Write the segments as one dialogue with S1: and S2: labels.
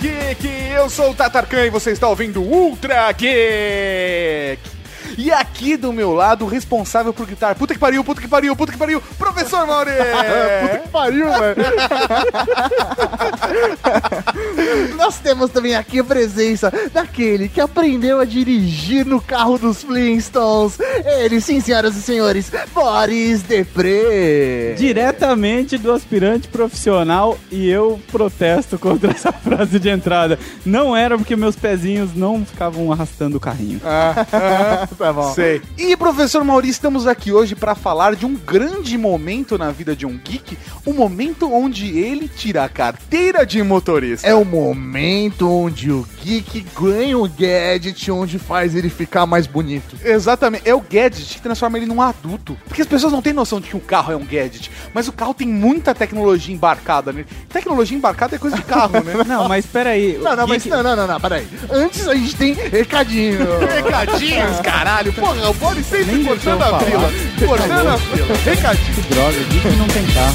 S1: Geek. Eu sou o Tatarkan e você está ouvindo Ultra Geek. E aqui do meu lado, o responsável por gritar puta que pariu, puta que pariu, puta que pariu, professor Mauri!
S2: Puta que pariu, velho. Nós temos também aqui a presença daquele que aprendeu a dirigir no carro dos Flintstones. Ele, sim, senhoras e senhores, Boris Depré.
S3: Diretamente do aspirante profissional e eu protesto contra essa frase de entrada. Não era porque meus pezinhos não ficavam arrastando o carrinho.
S2: tá bom.
S1: Sei. E professor Mauri, estamos aqui hoje para falar de um grande momento na vida de um geek, o momento onde ele tira a carteira de motorista.
S2: É o momento onde o geek ganha o gadget, onde faz ele ficar mais bonito.
S1: Exatamente, é o gadget que transforma ele num adulto. Porque as pessoas não têm noção de que um carro é um gadget, mas o carro tem muita tecnologia embarcada nele. Tecnologia embarcada é coisa de carro, né?
S3: Não, mas peraí.
S2: Não, não, mas
S3: Geek-
S2: não, não, não, não, peraí. Antes a gente tem recadinho. Ah.
S1: Recadinhos, caralho. Porra, o Boris sempre
S3: Nem
S1: cortando
S3: deixou eu
S1: a fila.
S3: falar.
S1: Cortando a fila. Recadinho.
S3: Que droga, Geek não tem carro.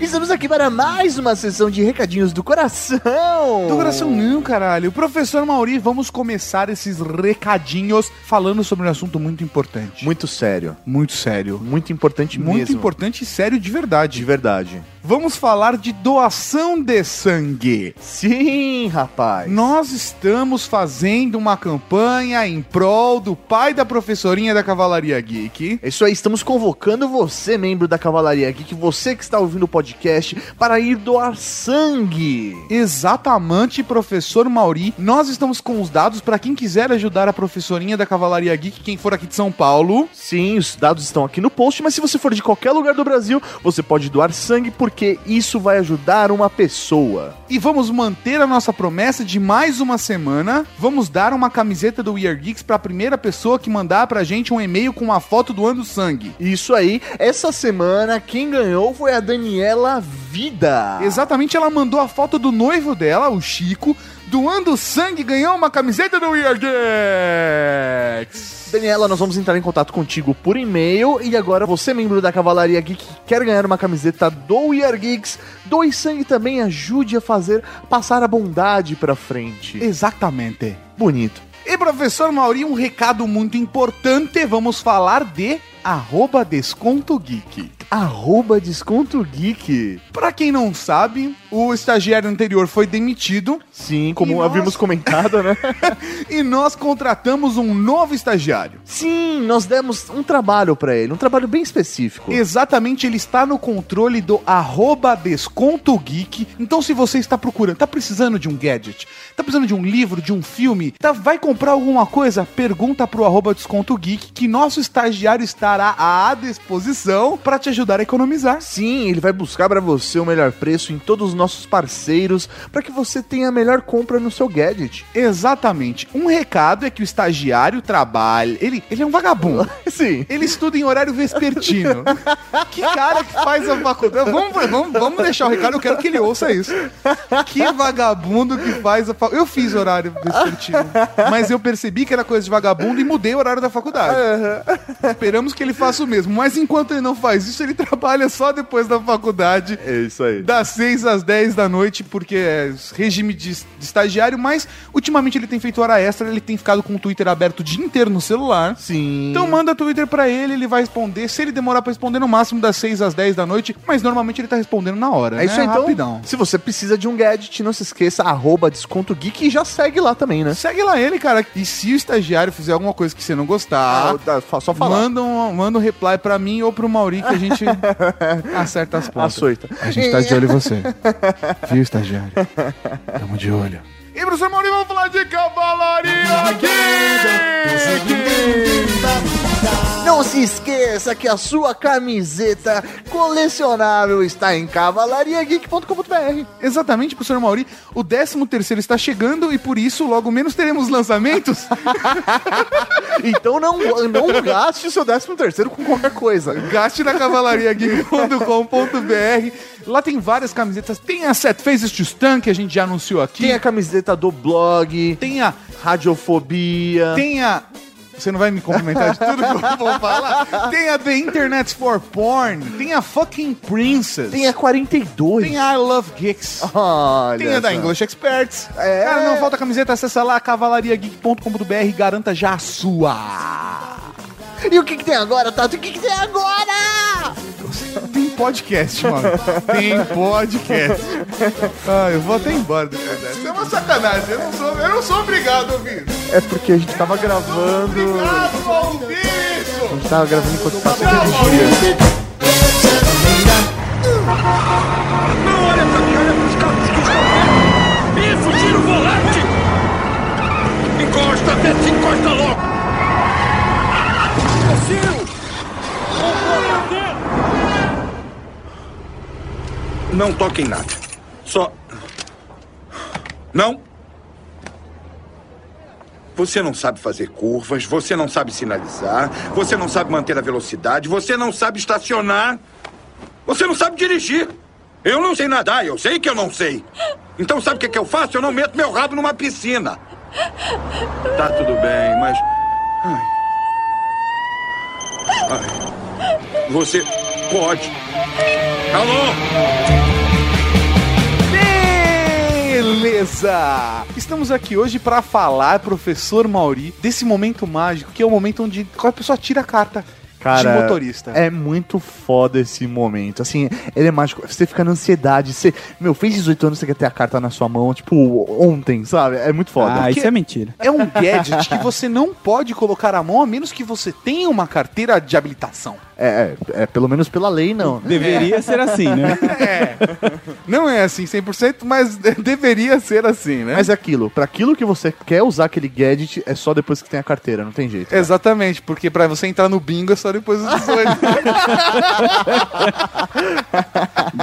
S2: Estamos aqui para mais uma sessão de recadinhos do coração.
S1: Do coração não, caralho. Professor Mauri, vamos começar esses recadinhos falando sobre um assunto muito importante.
S4: Muito sério.
S1: muito sério.
S4: Muito importante
S1: Muito
S4: mesmo.
S1: importante e sério de
S4: De
S1: verdade.
S4: verdade.
S1: Vamos falar de doação de sangue.
S4: Sim, rapaz.
S1: Nós estamos fazendo uma campanha em prol do pai da professorinha da Cavalaria Geek.
S4: É Isso aí, estamos convocando você, membro da Cavalaria Geek, você que está ouvindo o podcast, para ir doar sangue.
S1: Exatamente, professor Mauri. Nós estamos com os dados para quem quiser ajudar a professorinha da Cavalaria Geek, quem for aqui de São Paulo.
S4: Sim, os dados estão aqui no post, mas se você for de qualquer lugar do Brasil, você pode doar sangue porque isso vai ajudar uma pessoa.
S1: E vamos manter a nossa promessa de mais uma semana. Vamos dar uma camiseta do We Are Geeks para a primeira pessoa que mandar pra gente um e-mail com uma foto doando sangue.
S4: Isso aí, essa semana quem ganhou foi a Daniela Vida.
S1: Exatamente, ela mandou a foto do noivo dela, o Chico, doando sangue e ganhou uma camiseta do We Are Geeks.
S4: Daniela, nós vamos entrar em contato contigo por e-mail e agora você, membro da Cavalaria Geek, que quer ganhar uma camiseta do We Are Geeks, doe sangue também, ajude a fazer passar a bondade pra frente.
S1: Exatamente.
S4: Bonito.
S1: E professor Mauri, um recado muito importante, vamos falar de arroba desconto geek.
S4: Arroba Desconto Geek.
S1: Pra quem não sabe, o estagiário anterior foi demitido
S4: Sim,
S1: E
S4: como
S1: nós-
S4: havíamos comentado, né?
S1: e nós contratamos um novo estagiário.
S4: Sim, nós demos um trabalho pra ele, um trabalho bem específico.
S1: Exatamente, ele está no controle do arroba desconto geek. Então, se você está procurando, tá precisando de um gadget, tá precisando de um livro, de um filme, tá, vai comprar alguma coisa, pergunta pro arroba desconto geek que nosso estagiário estará à disposição para te ajudar a economizar.
S4: Sim, ele vai buscar pra você o melhor preço em todos os nossos parceiros pra que você tenha a melhor compra no seu gadget.
S1: Exatamente. Um recado é que o estagiário trabalha. Ele, ele é um vagabundo.
S4: Sim.
S1: Ele estuda em horário vespertino. Que cara que faz a faculdade. Vamos, vamos, vamos deixar o recado, eu quero que ele ouça isso. Que vagabundo que faz a faculdade. Eu fiz horário vespertino, mas eu percebi que era coisa de vagabundo e mudei o horário da faculdade. Esperamos que ele faça o mesmo. Mas enquanto ele não faz isso, ele trabalha só depois da faculdade.
S4: É isso aí.
S1: das 6 às 10 da noite, porque é regime de, de estagiário, mas ultimamente ele tem feito hora extra, ele tem ficado com o Twitter aberto o dia inteiro no celular.
S4: Sim.
S1: Então manda Twitter pra ele, ele vai responder. Se ele demorar pra responder, no máximo das 6 às 10 da noite, mas normalmente ele tá respondendo na hora. né?
S4: É isso aí, então.
S1: Rapidão.
S4: Se você precisa de um gadget, não se esqueça, arroba desconto geek e já segue lá também, né?
S1: Segue lá ele, cara. E se o estagiário fizer alguma coisa que você não gostar,
S4: Ah, tá, só falar.
S1: manda, um, manda um reply pra mim ou pro Mauri que a gente acerta as pontas.
S4: Açoita.
S1: A gente tá de olho em você. Viu, estagiário? Tamo de olho. E professor Mauri, vamos falar de cavalaria geek!
S2: Não se esqueça que a sua camiseta colecionável está em cavalariageek.com.br.
S1: Exatamente, professor Mauri. O 13 terceiro está chegando e por isso logo menos teremos lançamentos.
S4: Então não, não gaste o seu 13 terceiro com qualquer coisa.
S1: Gaste na cavalariageek.com.br. Lá tem várias camisetas. Tem a Set Faces to Stun, que a gente já anunciou aqui.
S4: Tem a camiseta do blog,
S1: Tem a...
S4: radiofobia.
S1: Tem a... Você não vai me cumprimentar de tudo que eu vou falar? Tem a The Internet for Porn. Tem a Fucking Princess.
S4: Tem a 42.
S1: Tem a I Love Geeks.
S4: Olha
S1: Tem a da
S4: só.
S1: English Experts.
S4: É.
S1: Cara, não falta camiseta, acessa lá cavalariageek.com.br e garanta já a sua.
S2: E o que, que tem agora, Tato? O que, que tem agora?
S1: Tem podcast, mano. Tem podcast. Ah, eu vou até embora depois dessa. É uma sacanagem, eu não sou, eu não sou obrigado a ouvir.
S4: É porque a gente tava gravando.
S1: Obrigado a ouvir
S4: A
S1: isso.
S4: gente tava gravando enquanto tava
S1: Tchau, Maurício.
S5: Isso, tira o volante! Encosta, vê se encosta logo! Brasil! Não toque em nada. Só. Não! Você não sabe fazer curvas, você não sabe sinalizar, você não sabe manter a velocidade, você não sabe estacionar, você não sabe dirigir. Eu não sei nadar, eu sei que eu não sei. Então sabe o que, é que eu faço? Eu não meto meu rabo numa piscina. Tá tudo bem, mas. Ai. Ai. Você pode. Alô?
S1: Beleza! Ah, Estamos aqui hoje pra falar, professor Mauri, desse momento mágico, que é o momento onde a pessoa tira a carta
S4: Cara,
S1: de motorista.
S4: É muito foda esse momento. Assim, ele é mágico. Você fica na ansiedade. Você, meu, fez 18 anos, você quer ter a carta na sua mão, tipo, ontem, sabe? É muito foda.
S3: Ah,
S1: porque-
S3: isso é mentira.
S1: É um gadget que você não pode colocar a mão a menos que você tenha uma carteira de habilitação.
S4: É, é, é, pelo menos pela lei, não. né?
S3: Deveria ser assim, né?
S1: É. Não é assim 100%, mas deveria ser assim, né?
S4: Mas é aquilo, pra aquilo que você quer usar aquele gadget, é só depois que tem a carteira, não tem jeito. cara.
S1: Exatamente, porque pra você entrar no bingo é só depois dos 18.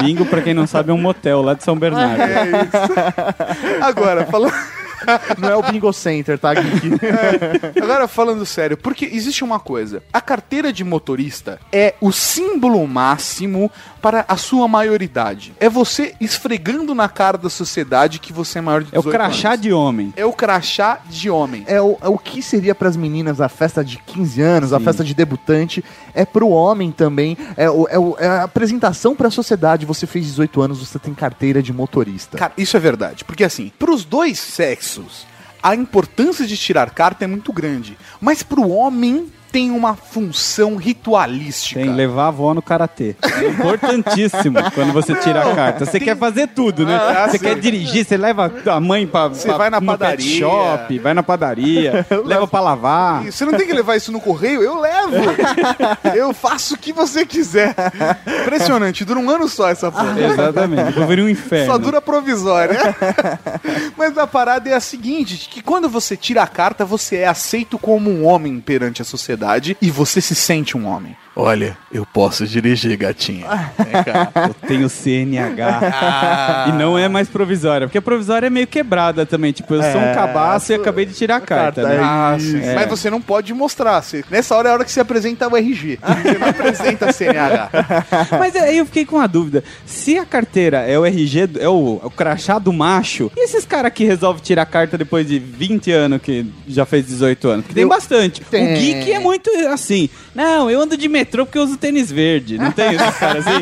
S3: Bingo, pra quem não sabe, é um motel lá de São Bernardo.
S1: é isso. Agora, falando.
S4: Não é o bingo center, tá, Geek?
S1: Agora, falando sério, porque existe uma coisa: a carteira de motorista é o símbolo máximo para a sua maioridade. É você esfregando na cara da sociedade que você é maior de
S3: É o
S1: 18
S3: crachá
S1: anos.
S3: de homem.
S1: É o crachá de homem.
S4: É o, é o que seria pras meninas a festa de 15 anos, a
S3: Sim.
S4: festa de debutante. É pro homem também. É, o- é o- é a apresentação pra sociedade. Você fez 18 anos, você tem carteira de motorista.
S1: Cara, isso é verdade. Porque assim, pros dois sexos, a importância de tirar carta é muito grande. Mas pro homem tem uma função ritualística.
S3: Tem levar a avó no karatê. É importantíssimo quando você tira a carta. Você quer fazer tudo, né?
S1: Ah,
S3: Você
S1: sim.
S3: quer dirigir, você leva a mãe pra,
S1: Você
S3: pra-
S1: vai na
S3: no
S1: padaria.
S3: pet shop, vai na padaria, leva pra lavar.
S1: E Você não tem que levar isso no correio, eu levo. eu faço o que você quiser. Impressionante, dura um ano só essa porra.
S3: Exatamente. Vou vir um inferno.
S1: Só dura provisória. Mas a parada é a seguinte: que quando você tira a carta, você é aceito como um homem perante a sociedade e você se sente um homem. Olha, eu posso dirigir, gatinha. Vem cá.
S3: Eu tenho CNH. E não é mais provisória. Porque a provisória é meio quebrada também. Tipo, eu sou um cabaço e acabei de tirar a carta.
S4: carta,
S3: né?
S1: Ah, sim.
S3: É.
S1: Mas você não pode mostrar. Você- nessa hora é a hora que você apresenta o RG. Você não apresenta a CNH.
S3: Mas aí eu fiquei com uma dúvida. Se a carteira é o RG, do- é o, é o crachá do macho, e esses caras que resolvem tirar a carta depois de 20 anos, que já fez 18 anos? Porque tem bastante.
S4: Tem.
S3: O geek é muito assim. Não, eu ando de metrô porque eu uso tênis verde. Não tem esses caras assim?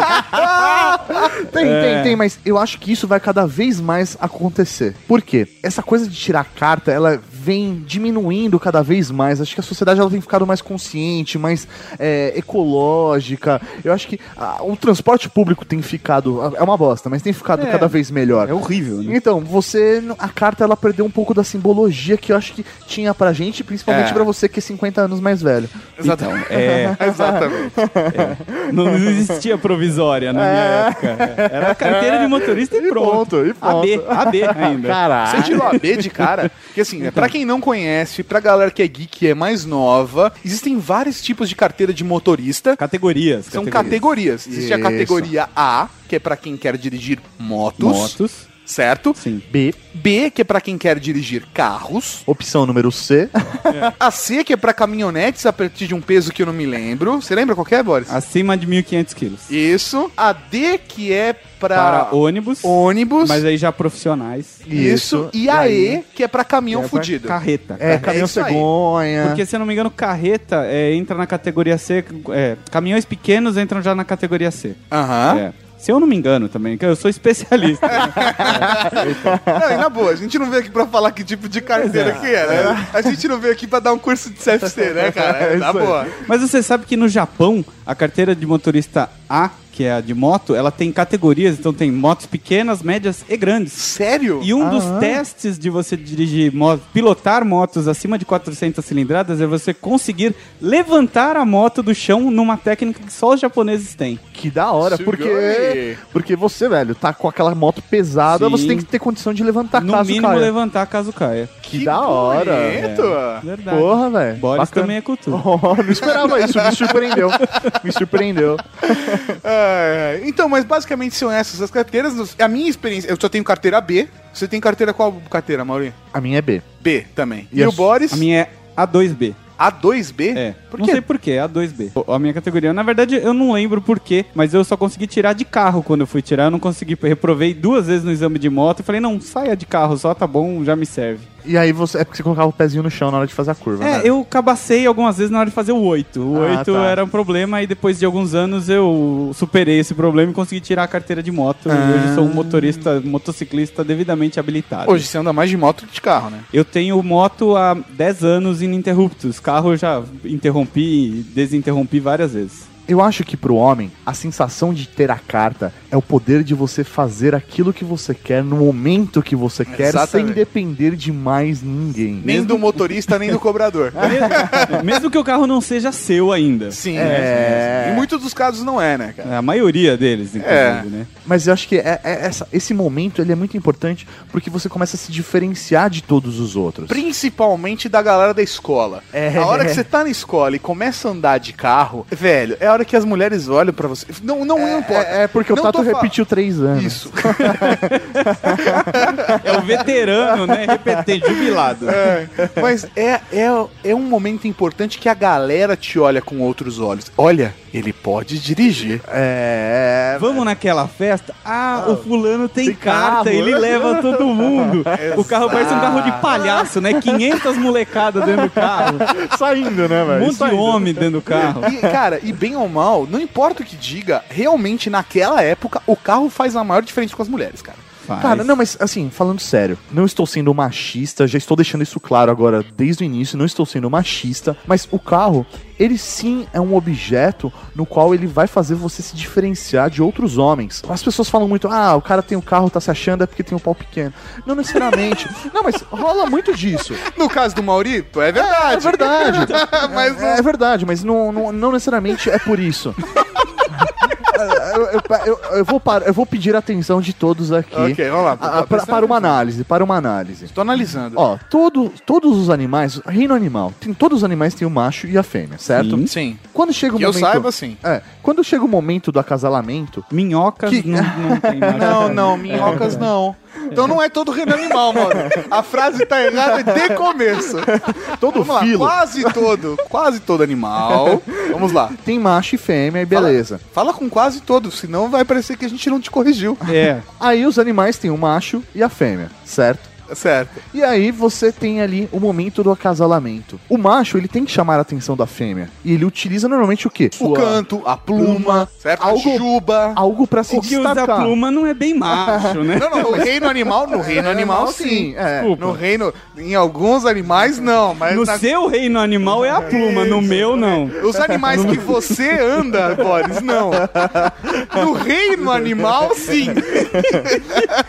S4: Tem, tem, tem, mas eu acho que isso vai cada vez mais acontecer. Por quê? Essa coisa de tirar carta, ela vem diminuindo cada vez mais. Acho que a sociedade ela tem ficado mais consciente, mais é, ecológica. Eu acho que ah, o transporte público tem ficado. É uma bosta, mas tem ficado cada vez melhor.
S3: É horrível, né?
S4: Então, você. A carta ela perdeu um pouco da simbologia que eu acho que tinha pra gente, principalmente
S1: É.
S4: pra você que é 50 anos mais velho.
S1: Exatamente.
S3: É,
S1: Exatamente.
S3: não existia provisória na minha época. Era a carteira de motorista e pronto.
S4: e
S3: AB, AB ainda.
S4: Caralho.
S1: Você tirou a B de cara? Porque assim, pra quem não conhece, pra galera que é geek e é mais nova, existem vários tipos de carteira de motorista.
S3: Categorias.
S1: São categorias. Existe a
S4: Isso.
S1: categoria A, que é pra quem quer dirigir motos,
S3: Motos.
S1: certo?
S3: Sim.
S4: B,
S1: B, que é pra quem quer dirigir carros.
S4: opção número C.
S1: A C, que é pra caminhonetes a partir de um peso que eu não me lembro. Você lembra qual que é, Boris?
S3: Acima de 1.500 quilos.
S1: Isso. A D, que é pra
S3: Para ônibus,
S1: ônibus.
S3: mas é aí já profissionais.
S1: Isso. E,
S4: E
S1: a
S4: aí,
S1: E, que é pra caminhão
S3: É,
S1: fudido.
S3: Carreta.
S4: É,
S1: É
S4: caminhão
S1: isso aí.
S4: cegonha.
S3: Porque, se eu não me engano, carreta é, entra na categoria C. é, caminhões pequenos entram já na categoria C.
S1: Aham.
S3: É. Se eu não me engano também, que eu sou especialista.
S1: Não, e na boa, a gente não veio aqui pra falar que tipo de carteira
S3: Pois
S1: que é, né? A gente não veio aqui pra dar um curso de CFC,
S3: É
S1: né, cara? Na boa.
S3: Mas você sabe que no Japão, a carteira de motorista A, que é a de moto, ela tem categorias, então tem motos pequenas, médias e grandes.
S1: Sério?
S3: E um
S4: Ah.
S3: dos testes de você dirigir, mo- pilotar motos acima de 400 cilindradas é você conseguir levantar a moto do chão numa técnica que só os japoneses têm.
S4: Que da hora, porque,
S1: Sugoi.
S4: porque você, velho, tá com aquela moto pesada,
S3: Sim.
S4: você tem que ter condição de levantar
S3: no
S4: Tá caso
S3: mínimo,
S4: caia.
S3: levantar caso caia.
S4: Que, da hora.
S1: bonito.
S3: Verdade.
S4: Porra, velho.
S3: Boris
S4: Tá. Bacana.
S3: né? também é cultura.
S4: Oh, não esperava isso, me surpreendeu. Me surpreendeu.
S1: É, então, mas basicamente são essas as carteiras. Nos- A minha experiência, eu só tenho carteira B. Você tem carteira qual carteira, Maurinho?
S4: A minha é B.
S1: B também. E
S4: Yes.
S1: o Boris?
S3: A minha é A2B.
S1: A2B?
S3: É.
S1: Por
S3: não
S1: quê?
S3: sei porquê, é a 2B. O- A minha categoria. Na verdade, eu não lembro porquê, mas eu só consegui tirar de carro quando eu fui tirar. Eu não consegui. Reprovei duas vezes no exame de moto. Eu falei, não, saia de carro só, tá bom, já me serve.
S4: E aí você. É porque você colocava o pezinho no chão na hora de fazer a curva, né?
S3: É, eu cabacei algumas vezes na hora de fazer o 8. O
S4: Ah,
S3: 8
S4: tá.
S3: era um problema e depois de alguns anos eu superei esse problema e consegui tirar a carteira de moto. E hoje sou um motorista, motociclista devidamente habilitado.
S1: Hoje você anda mais de moto que de carro, né?
S3: Eu tenho moto há 10 anos ininterruptos. Carro eu já interrompi e desinterrompi várias vezes.
S4: Eu acho que pro homem, a sensação de ter a carta é o poder de você fazer aquilo que você quer no momento que você quer,
S1: Exatamente.
S4: sem depender de mais ninguém.
S1: Nem do motorista, nem do cobrador.
S3: Mesmo- Mesmo que o carro não seja seu ainda.
S1: Sim.
S4: É.
S1: Em muitos dos casos não é, né, cara?
S3: A maioria deles, inclusive,
S1: É.
S3: né?
S4: Mas eu acho que é- é essa- esse momento ele é muito importante porque você começa a se diferenciar de todos os outros.
S1: Principalmente da galera da escola.
S4: É.
S1: A hora que você tá na escola e começa a andar de carro, velho, é a hora que as mulheres olham pra você. Não, não importa.
S4: É, é porque o
S1: Não
S4: Tato né?
S1: tô fa-
S4: repetiu três anos.
S1: Isso.
S3: É o veterano, né? Repetente, jubilado.
S1: É, Mas é, é, é um momento importante que a galera te olha com outros olhos. Olha, ele pode dirigir.
S4: É.
S3: Vamos naquela festa? Ah, o fulano tem,
S4: Tem
S3: carta,
S4: carro.
S3: ele leva todo mundo. o carro parece um carro de palhaço, né? 500 molecadas dentro do carro,
S4: Saindo, né,
S3: um
S4: velho?
S3: monte de homem dentro do carro.
S1: E, cara, e bem ou mal, não importa o que diga, realmente naquela época o carro faz a maior diferença com as mulheres, cara.
S3: Faz.
S4: Cara, não, mas assim, falando sério, não estou sendo machista, já estou deixando isso claro agora desde o início, não estou sendo machista, mas o carro, ele sim é um objeto no qual ele vai fazer você se diferenciar de outros homens. As pessoas falam muito, ah, o cara tem um carro, tá se achando é porque tem um pau pequeno. Não necessariamente. não, mas rola muito disso.
S1: No caso do Maurito, é
S4: É
S1: verdade.
S4: verdade.
S1: Mas
S4: É verdade, mas não, não, não necessariamente é por isso. eu, eu- eu- eu vou par- eu vou pedir a atenção de todos aqui.
S1: Ok, vamos lá.
S4: Ah, ah, pra- para uma análise, para uma análise.
S1: Tô analisando.
S4: É. Ó, todo, todos os animais, reino animal, tem, todos os animais têm o macho e a fêmea, certo?
S3: Sim.
S1: Sim.
S4: Quando chega o
S1: Que eu
S4: momento.
S1: saiba, sim.
S4: É, quando chega o momento do acasalamento.
S3: Minhocas
S4: Que-
S3: não, não tem mais.
S1: Não, não, minhocas não. Então não é todo reino animal, Mauro. A frase tá errada de começo.
S4: Todo
S1: Vamos lá,
S4: filo
S1: quase todo, quase todo animal. Vamos lá.
S4: tem macho e fêmea e beleza.
S1: Fala com quase todo, senão vai parecer que a gente não te corrigiu.
S3: É,
S4: Aí os animais têm o macho e a fêmea, certo?
S1: Certo.
S4: E aí você tem ali o momento do acasalamento. O macho, ele tem que chamar a atenção da fêmea. E ele utiliza normalmente o quê?
S1: O canto, a pluma, certo?
S4: Algo-
S1: A juba.
S4: Algo pra se
S3: o que usa
S4: destacar.
S3: pluma não é bem macho, né?
S1: Não, não, no reino animal, no reino animal sim.
S4: É.
S3: Desculpa.
S1: No reino, em alguns animais não, mas
S3: No
S1: na-
S3: seu reino animal é a pluma, no meu não.
S1: os animais que você anda, Boris, não. No reino animal, sim.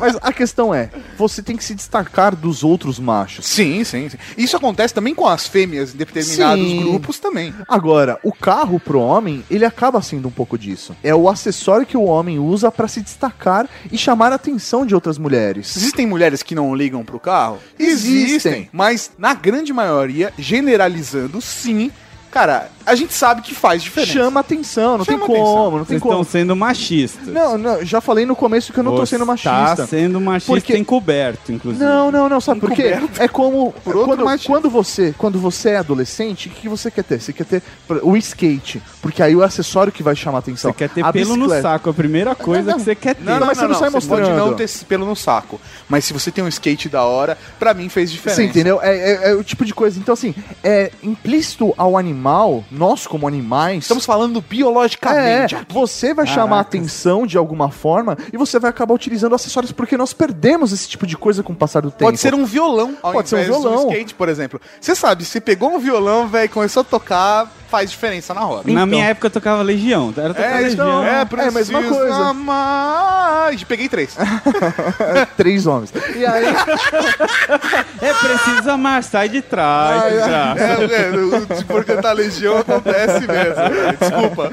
S4: Mas a questão é, você tem que se destacar destacar dos outros machos.
S1: Sim, sim, sim. Isso acontece também com as fêmeas em determinados
S4: Sim.
S1: grupos também.
S4: Agora, o carro pro homem, ele acaba sendo um pouco disso. É o acessório que o homem usa pra se destacar e chamar a atenção de outras mulheres.
S1: Existem mulheres que não ligam pro carro?
S4: Existem.
S1: Mas na grande maioria, generalizando, sim. Cara, a gente sabe que faz é diferença.
S4: Chama atenção, não
S1: Chama
S4: tem
S1: atenção.
S4: como, não tem
S3: Vocês
S4: como.
S3: estão sendo machistas.
S4: Não, não, já falei no começo que eu não tô
S3: Você
S4: sendo machista.
S3: Tá sendo machista
S4: Porque-
S3: encoberto, inclusive.
S4: Não, não, não, sabe por quê?
S1: Encoberto.
S4: É como
S1: outro
S4: quando,
S1: machismo.
S4: quando você, quando você é adolescente, o que que você quer ter? Você quer ter pra- o skate, porque aí o acessório que vai chamar a atenção.
S3: Você quer ter
S4: A
S3: pelo no
S4: bicicleta.
S3: saco, a primeira coisa
S4: Não, não.
S3: que você quer ter.
S1: Não, não,
S4: mas
S1: mas
S4: você
S1: não,
S4: não sai
S1: você pode
S4: mostrando.
S1: não ter esse pelo no saco. Mas se você tem um skate da hora, pra mim fez diferença.
S4: Você entendeu? É, é- é o tipo de coisa. Então, assim, é implícito ao animal, nós como animais.
S1: Estamos falando biologicamente.
S4: É, você vai chamar a atenção de alguma forma e você vai acabar utilizando acessórios, porque nós perdemos esse tipo de coisa com o passar do tempo.
S1: Pode ser um violão. Ao
S4: Pode ser um
S1: invés de
S4: violão.
S1: skate, por exemplo. Você sabe, se pegou um violão, velho, e começou a tocar, faz diferença na roda.
S3: Na
S4: Então.
S3: minha época eu tocava Legião. Era tocar
S1: É,
S3: Legião.
S1: então, é,
S4: É a mesma
S1: preciso
S4: coisa.
S1: amar. Peguei três.
S4: três homens. E aí,
S3: É preciso amar, sai de trás. tá?
S4: Ai, ai.
S3: cara.
S1: É, é, se for cantar Legião, acontece mesmo. Desculpa.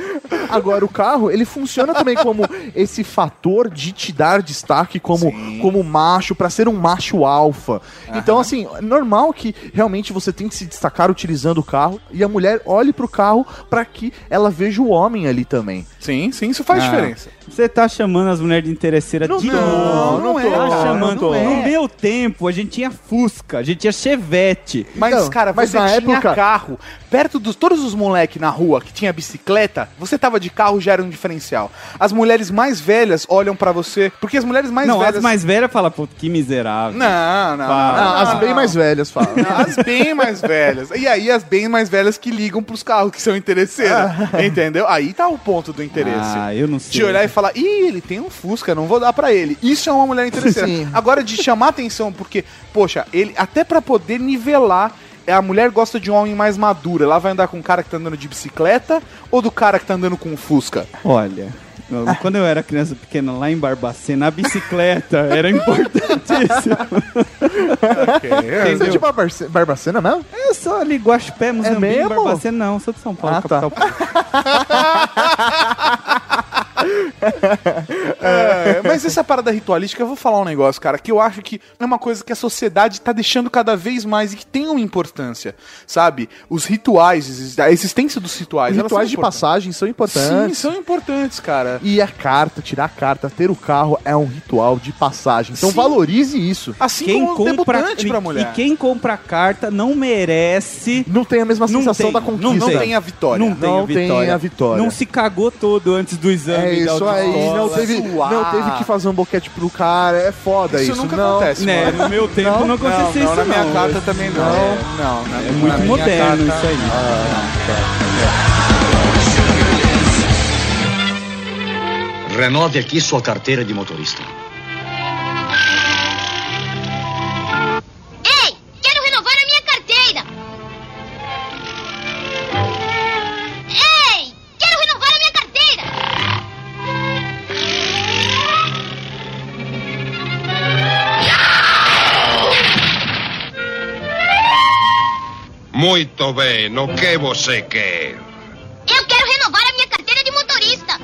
S4: Agora, o carro, ele funciona também como esse fator de te dar destaque como, como macho, pra ser um macho alfa. Então, assim, é normal que realmente você tem que se destacar utilizando o carro e a mulher olhe pro carro pra que ela veja o homem ali também.
S1: Sim, sim, isso faz
S3: Ah.
S1: diferença.
S3: Você tá chamando as mulheres de interesseira
S4: Não,
S3: de
S4: não,
S3: novo.
S4: não é,
S3: Tá
S4: cara,
S3: chamando.
S4: não é.
S3: No meu tempo, a gente tinha Fusca, a gente tinha Chevette.
S1: Mas,
S4: Então,
S1: cara,
S4: mas
S1: você
S4: na
S1: tinha
S4: época-
S1: carro. Perto dos todos os moleques na rua que tinha bicicleta, você tava de carro já era um diferencial. As mulheres mais velhas olham pra você, porque as mulheres mais
S3: não,
S1: velhas...
S3: as mais velhas falam, pô, que miserável.
S1: Não, não,
S3: Fala.
S1: não,
S4: Ah, as bem
S1: não.
S4: mais velhas falam.
S1: Não, As bem mais velhas. E aí as bem mais velhas que ligam pros carros que são interesseiras.
S4: Ah.
S1: Entendeu? Aí tá o ponto do interesse.
S3: Ah, eu não sei.
S1: Te olhar e falar, ih, ele tem um Fusca, não vou dar pra ele. Isso é uma mulher interesseira.
S4: Sim.
S1: Agora, de chamar atenção, porque, poxa, ele até pra poder nivelar, a mulher gosta de um homem mais maduro. Ela vai andar com um cara que tá andando de bicicleta ou do cara que tá andando com um Fusca?
S3: Olha, eu- quando eu era criança pequena lá em Barbacena, a bicicleta era importantíssima.
S4: Você é
S3: Entendeu?
S4: de Barbarce- Barbacena mesmo?
S3: Eu sou ali Guaxupé, mas
S4: É
S3: não em
S4: mesmo?
S3: Barbacena não, sou de São Paulo,
S4: Ah, tá.
S3: capital.
S1: É, mas essa parada ritualística, eu vou falar um negócio, cara, que eu acho que é uma coisa que a sociedade tá deixando cada vez mais e que tem uma importância, sabe? Os rituais, a existência dos rituais.
S4: Os
S1: elas são
S4: rituais de
S1: importantes.
S4: passagem são
S1: Sim,
S4: importantes.
S1: são importantes, cara.
S4: E a carta, tirar a carta, ter o carro é um ritual de passagem. Então
S1: Sim.
S4: valorize isso.
S1: Assim
S3: Quem
S1: como o
S3: compra
S1: debutante pra mulher.
S3: e quem compra carta não merece
S4: Não tem a mesma
S3: Não
S4: sensação
S3: tem,
S4: da
S3: não- não
S4: conquista.
S1: não tem a vitória.
S3: Não tem,
S4: Não
S3: a vitória.
S4: tem a vitória.
S3: Não se cagou todo antes do exame.
S4: É
S3: da
S4: isso aí,
S3: autoescola.
S4: não teve,
S1: suar.
S4: não teve que fazer um boquete pro cara, é foda isso.
S1: Isso nunca
S4: não.
S1: acontece.
S3: Né,
S1: mano.
S3: no meu tempo não, acontecia
S1: não,
S3: isso
S1: na minha
S3: não.
S1: carta também não. Não, na-
S3: É
S1: na
S3: muito
S1: minha
S3: moderno
S1: carta-
S3: isso aí.
S6: Renove aqui sua carteira de motorista.
S7: Ei, quero renovar a minha carteira. Ei, quero renovar a minha carteira.
S8: Muito bem, no que você quer?
S7: Eu quero renovar a minha carteira de motorista.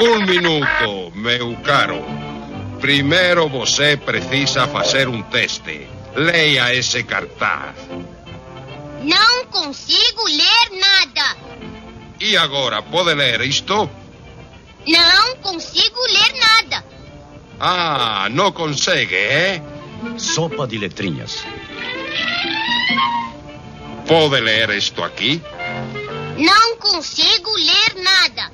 S8: Um minuto, meu caro. Primeiro você precisa fazer um teste. Leia esse cartaz.
S7: Não consigo ler nada.
S8: E agora, pode ler isto?
S7: Não consigo ler nada.
S8: Ah, não consegue, eh?
S6: Sopa de letrinhas.
S8: Pode ler isto aqui?
S7: Não consigo ler nada.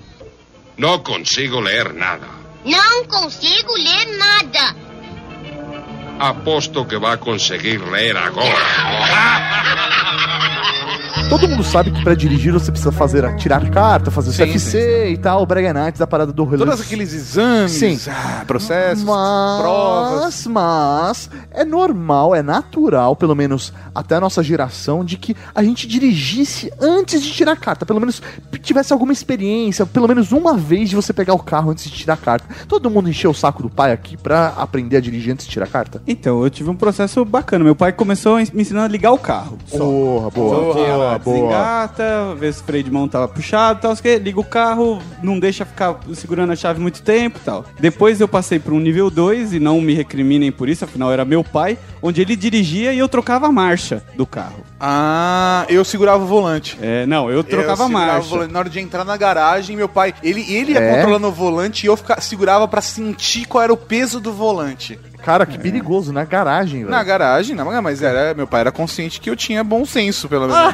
S8: Não consigo ler nada.
S7: Não consigo ler nada.
S8: Aposto que vai conseguir ler agora.
S4: Todo mundo sabe que pra dirigir você precisa fazer a- tirar carta, fazer o
S1: Sim,
S4: CFC e tal, o Braga Nights da parada do relance.
S1: Todos aqueles exames,
S4: Sim.
S1: ah, processos,
S4: mas,
S1: provas.
S4: Mas é normal, é natural, pelo menos até a nossa geração, de que a gente dirigisse antes de tirar a carta. Pelo menos p- tivesse alguma experiência, pelo menos uma vez de você pegar o carro antes de tirar a carta. Todo mundo encheu o saco do pai aqui pra aprender a dirigir antes de tirar a carta?
S3: Então, eu tive um processo bacana. Meu pai começou a ens- me ensinando a ligar o carro. Só.
S4: Porra,
S3: Só que ela né? Desengata, vê se o freio de mão tava puxado e tal. não sei o quê. Liga o carro, não deixa ficar segurando a chave muito tempo e tal. Depois eu passei para um nível 2 e não me recriminem por isso, afinal era meu pai, onde ele dirigia e eu trocava a marcha do carro.
S1: Ah, eu segurava o volante.
S3: É, não, eu trocava
S1: eu
S3: a
S1: segurava
S3: marcha.
S1: o volante. Na hora de entrar na garagem, meu pai, ele, ele ia
S4: É?
S1: controlando o volante e eu fica- segurava pra sentir qual era o peso do volante.
S4: Cara, que perigoso, na garagem, velho.
S1: Na garagem, não, mas era, meu pai era consciente que eu tinha bom senso, pelo menos.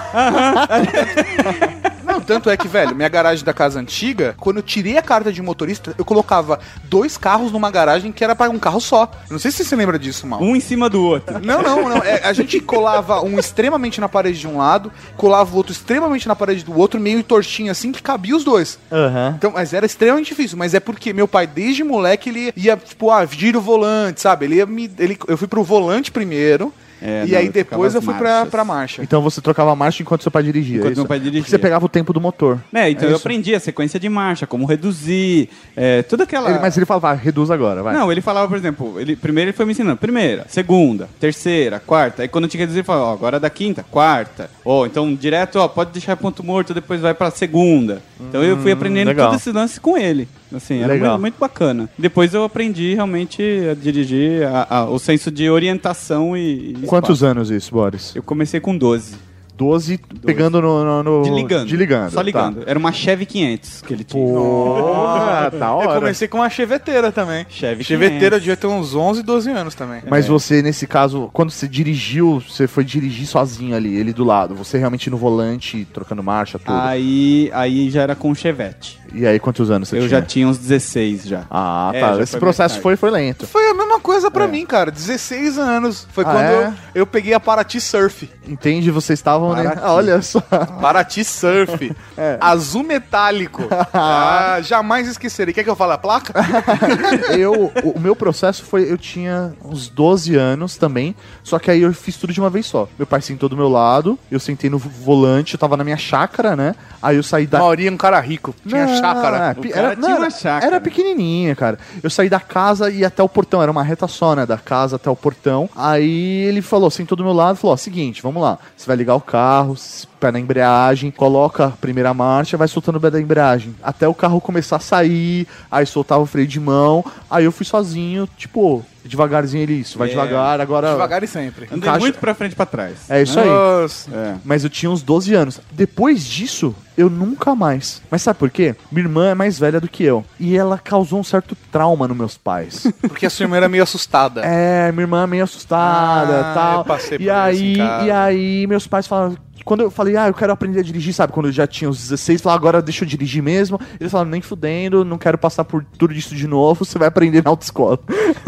S1: Não, tanto é que, velho, minha garagem da casa antiga, quando eu tirei a carta de motorista, eu colocava dois carros numa garagem que era para um carro só. Não sei se você lembra disso, mal.
S3: Um em cima do outro.
S1: Não, não, não. É, a gente colava um extremamente na parede de um lado, colava o outro extremamente na parede do outro, meio tortinho assim, que cabia os dois.
S4: Aham.
S1: Então, mas era extremamente difícil, mas é porque meu pai, desde moleque, ele ia, tipo, ah, gira o volante, sabe? Ele ia me. Ele, eu fui pro volante primeiro,
S3: É,
S1: e
S3: não,
S1: aí
S3: eu
S1: depois
S3: ficava
S1: eu fui
S3: as
S1: pra,
S3: marchas.
S1: pra marcha.
S4: Então você trocava a marcha enquanto seu pai dirigia.
S3: Enquanto
S4: isso?
S3: meu pai dirigia.
S4: Porque você pegava o tempo do motor.
S3: É, então
S4: É
S3: eu
S4: isso.
S3: aprendi a sequência de marcha, como reduzir, é, toda aquela...
S4: Ele- mas ele falava, "Ah, reduz agora, vai.
S3: Não, ele falava, por exemplo, ele, primeiro ele foi me ensinando. Primeira, segunda, terceira, quarta. Aí quando eu tinha que reduzir, ele falava, ó, agora é da quinta, quarta. Ou então direto, ó, pode deixar ponto morto, depois vai pra segunda. Então eu fui aprendendo
S4: Hum, legal.
S3: todo esse lance com ele. Assim, era
S4: Legal.
S3: muito, muito bacana. Depois eu aprendi realmente a dirigir a- a- o senso de orientação e. e
S4: Quantos
S3: espaço.
S4: anos isso, Boris?
S3: Eu comecei com 12.
S4: 12, pegando no, no, no-
S3: De ligando.
S4: De ligando. tá.
S3: Só ligando. Era uma Chevy 500 que ele tinha.
S4: Porra, da
S1: Eu
S4: hora.
S1: comecei com uma cheveteira também.
S3: Chevy
S1: cheveteira eu
S3: 500.
S1: devia ter uns 11, 12 anos também.
S3: É.
S4: Mas você, nesse caso, quando você dirigiu, você foi dirigir sozinho ali, ele do lado. Você realmente no volante, trocando marcha, tudo.
S3: Ah, Aí, aí já era com Chevette.
S4: E aí, quantos anos você
S3: eu
S4: tinha?
S3: já tinha uns 16 já.
S4: Ah,
S3: É,
S4: tá.
S3: já
S4: Esse
S3: foi
S4: processo
S3: mais tarde.
S4: foi, foi lento.
S1: Foi a mesma coisa
S3: É.
S1: pra mim, cara. 16 anos. Foi
S4: Ah,
S1: quando
S4: é?
S1: eu, eu peguei a Paraty Surf.
S4: Entende? Vocês estavam, né?
S3: Paraty.
S4: Ah, olha só.
S1: Paraty Surf.
S3: É.
S1: Azul metálico. Ah, jamais esquecerei. Quer que eu fale a placa?
S4: eu, o- o meu processo foi, eu tinha uns 12 anos também, só que aí eu fiz tudo de uma vez só. Meu pai sentou do meu lado, eu sentei no volante, eu tava na minha chácara, né? Aí eu saí da...
S1: Mauri é um cara rico. Tinha
S4: Não,
S1: chácara.
S4: pe-
S3: cara
S4: era,
S3: tinha
S4: não,
S3: uma
S4: era-
S3: chácara.
S4: Era pequenininha, cara. Eu saí da casa e ia até o portão. Era uma reta só, né? Da casa até o portão. Aí ele falou, sentou do meu lado e falou: ó, seguinte, vamos lá. Você vai ligar o carro, s- pé na embreagem, coloca a primeira marcha, vai soltando o pé da embreagem. Até o carro começar a sair, aí soltava o freio de mão. Aí eu fui sozinho, tipo, devagarzinho ele, isso, vai
S3: É.
S4: devagar, agora.
S1: Devagar e sempre.
S3: Andei
S4: Encaixa-
S3: muito pra frente e pra trás.
S4: É isso aí.
S1: Nossa.
S3: É.
S4: Mas eu tinha uns 12 anos. Depois disso, eu nunca mais. Mas sabe por quê? Minha irmã é mais velha do que eu. E ela causou um certo trauma nos meus pais.
S1: Porque a sua irmã era meio assustada.
S4: é, minha irmã é meio assustada
S1: Ah, eu
S4: tal.
S1: passei por
S4: e
S1: isso em
S4: aí,
S1: casa.
S4: E aí, meus pais falaram. Quando eu falei, ah, eu quero aprender a dirigir, sabe? Quando eu já tinha uns 16, falaram, agora deixa eu dirigir mesmo. Eles falaram, nem fudendo, não quero passar por tudo isso de novo, você vai aprender na autoescola.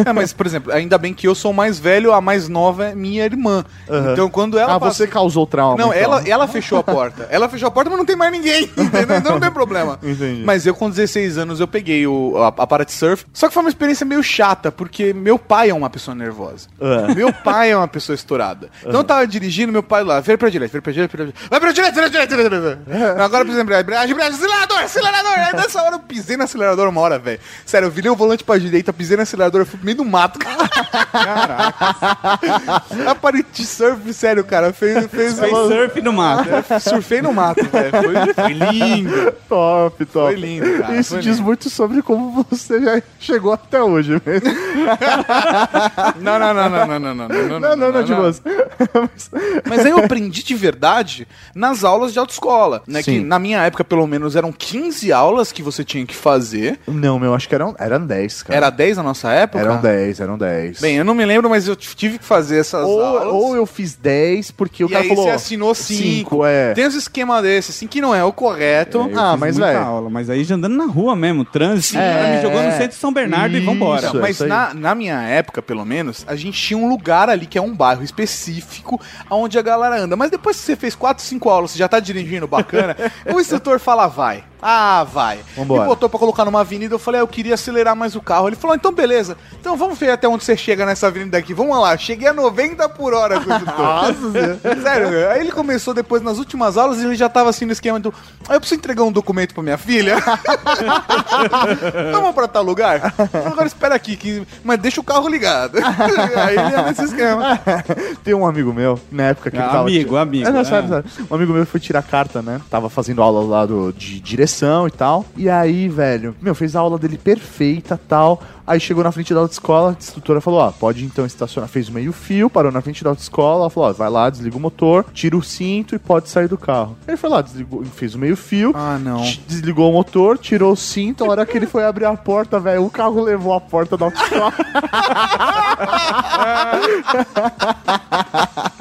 S1: É, mas, por exemplo, ainda bem que eu sou o mais velho, a mais nova é minha irmã.
S4: Aham.
S1: Então, quando ela
S4: ah,
S1: passa-
S4: você causou trauma.
S1: Não,
S4: então.
S1: ela, ela fechou a porta. Ela fechou a porta, mas não tem mais ninguém. Entendeu? Então não tem problema.
S4: Entendi.
S1: Mas eu, com 16 anos, eu peguei o, a, a Parate Surf. Só que foi uma experiência meio chata, porque meu pai é uma pessoa nervosa.
S4: Ah.
S1: Meu pai é uma pessoa estourada. Então eu tava dirigindo, meu pai lá, vira pra direita, vira pra direita, vira pra direita. Vai pra direita, vira pra direita, vira pra direita. Agora precisa embreagem, embreagem, embreagem, acelerador, acelerador. Aí nessa hora eu pisei no acelerador uma hora, velho. Sério, eu virei o volante pra direita, pisei no acelerador, eu fui pro meio do mato. Caraca. a Parate Surf, sério, cara, fez... fez
S3: Fez surf no mato.
S1: É, Surfei no mato, velho. Foi, foi
S4: Ah,
S1: lindo.
S4: Top, top.
S1: Foi lindo, cara,
S4: Isso
S1: foi
S4: diz
S1: lindo.
S4: muito sobre como você já chegou até hoje mesmo.
S1: Não, não, não, não, não, não, não, não,
S4: Não, não, não, de você. Mas-
S1: Mas aí eu aprendi de verdade nas aulas de autoescola, né? Que
S4: Sim.
S1: na minha época, pelo menos, eram 15 aulas que você tinha que fazer.
S4: Não, meu, acho que eram, eram 10, cara.
S1: Era 10 na nossa época?
S4: Eram 10, eram 10.
S1: Bem, eu não me lembro, mas eu t- tive que fazer essas
S4: ou,
S1: aulas.
S4: ou eu fiz 10 porque o
S1: e
S4: cara
S1: aí
S4: falou...
S1: você assinou
S4: cinco,
S1: 5.
S4: é.
S1: Tem uns esquema desse, assim, que não é o correto.
S3: Eu
S4: Ah,
S3: fiz
S4: mas,
S3: muita
S4: velho.
S3: aula, Mas aí já andando na rua mesmo, trânsito, o
S4: É,
S3: cara me jogou no
S4: é.
S3: centro de São Bernardo e
S4: Isso.
S3: vambora.
S1: Então, mas
S4: isso aí.
S1: na, na minha época, pelo menos, a gente tinha um lugar ali que é um bairro específico onde a galera anda. Mas depois que você fez 4, 5 aulas, você já tá dirigindo bacana, o instrutor fala, vai. Ah, vai.
S4: Vambora.
S1: Me botou pra colocar numa avenida, eu falei, ah, eu queria acelerar mais o carro. Ele falou, então beleza, então vamos ver até onde você chega nessa avenida aqui. Vamos lá, cheguei a 90 por hora com o instrutor. Sério, aí ele começou depois, nas últimas aulas, ele já tava assim no esquema do, ah, eu preciso entregar um documento pra minha filha. Vamos pra tal lugar? Agora espera aqui, que... mas deixa o carro ligado. aí ele ia nesse esquema.
S4: Tem um amigo meu, na época que
S3: Ah,
S4: ele tava.
S3: amigo, amigo,
S4: É, não,
S3: é.
S4: sabe, sabe? Um amigo meu foi tirar carta, né? Tava fazendo aula lá do, de direção e tal. E aí, velho, meu, fez a aula dele perfeita tal. Aí chegou na frente da autoescola, a instrutora falou: Ó, pode então estacionar. Fez o meio-fio, parou na frente da autoescola, ela falou: Ó, vai lá, desliga o motor, tira o cinto e pode sair do carro. Ele foi lá, desligou, fez o meio-fio,
S1: Ah, não.
S4: t- desligou o motor, tirou o cinto. A hora que ele foi abrir a porta, velho, o carro levou a porta da autoescola.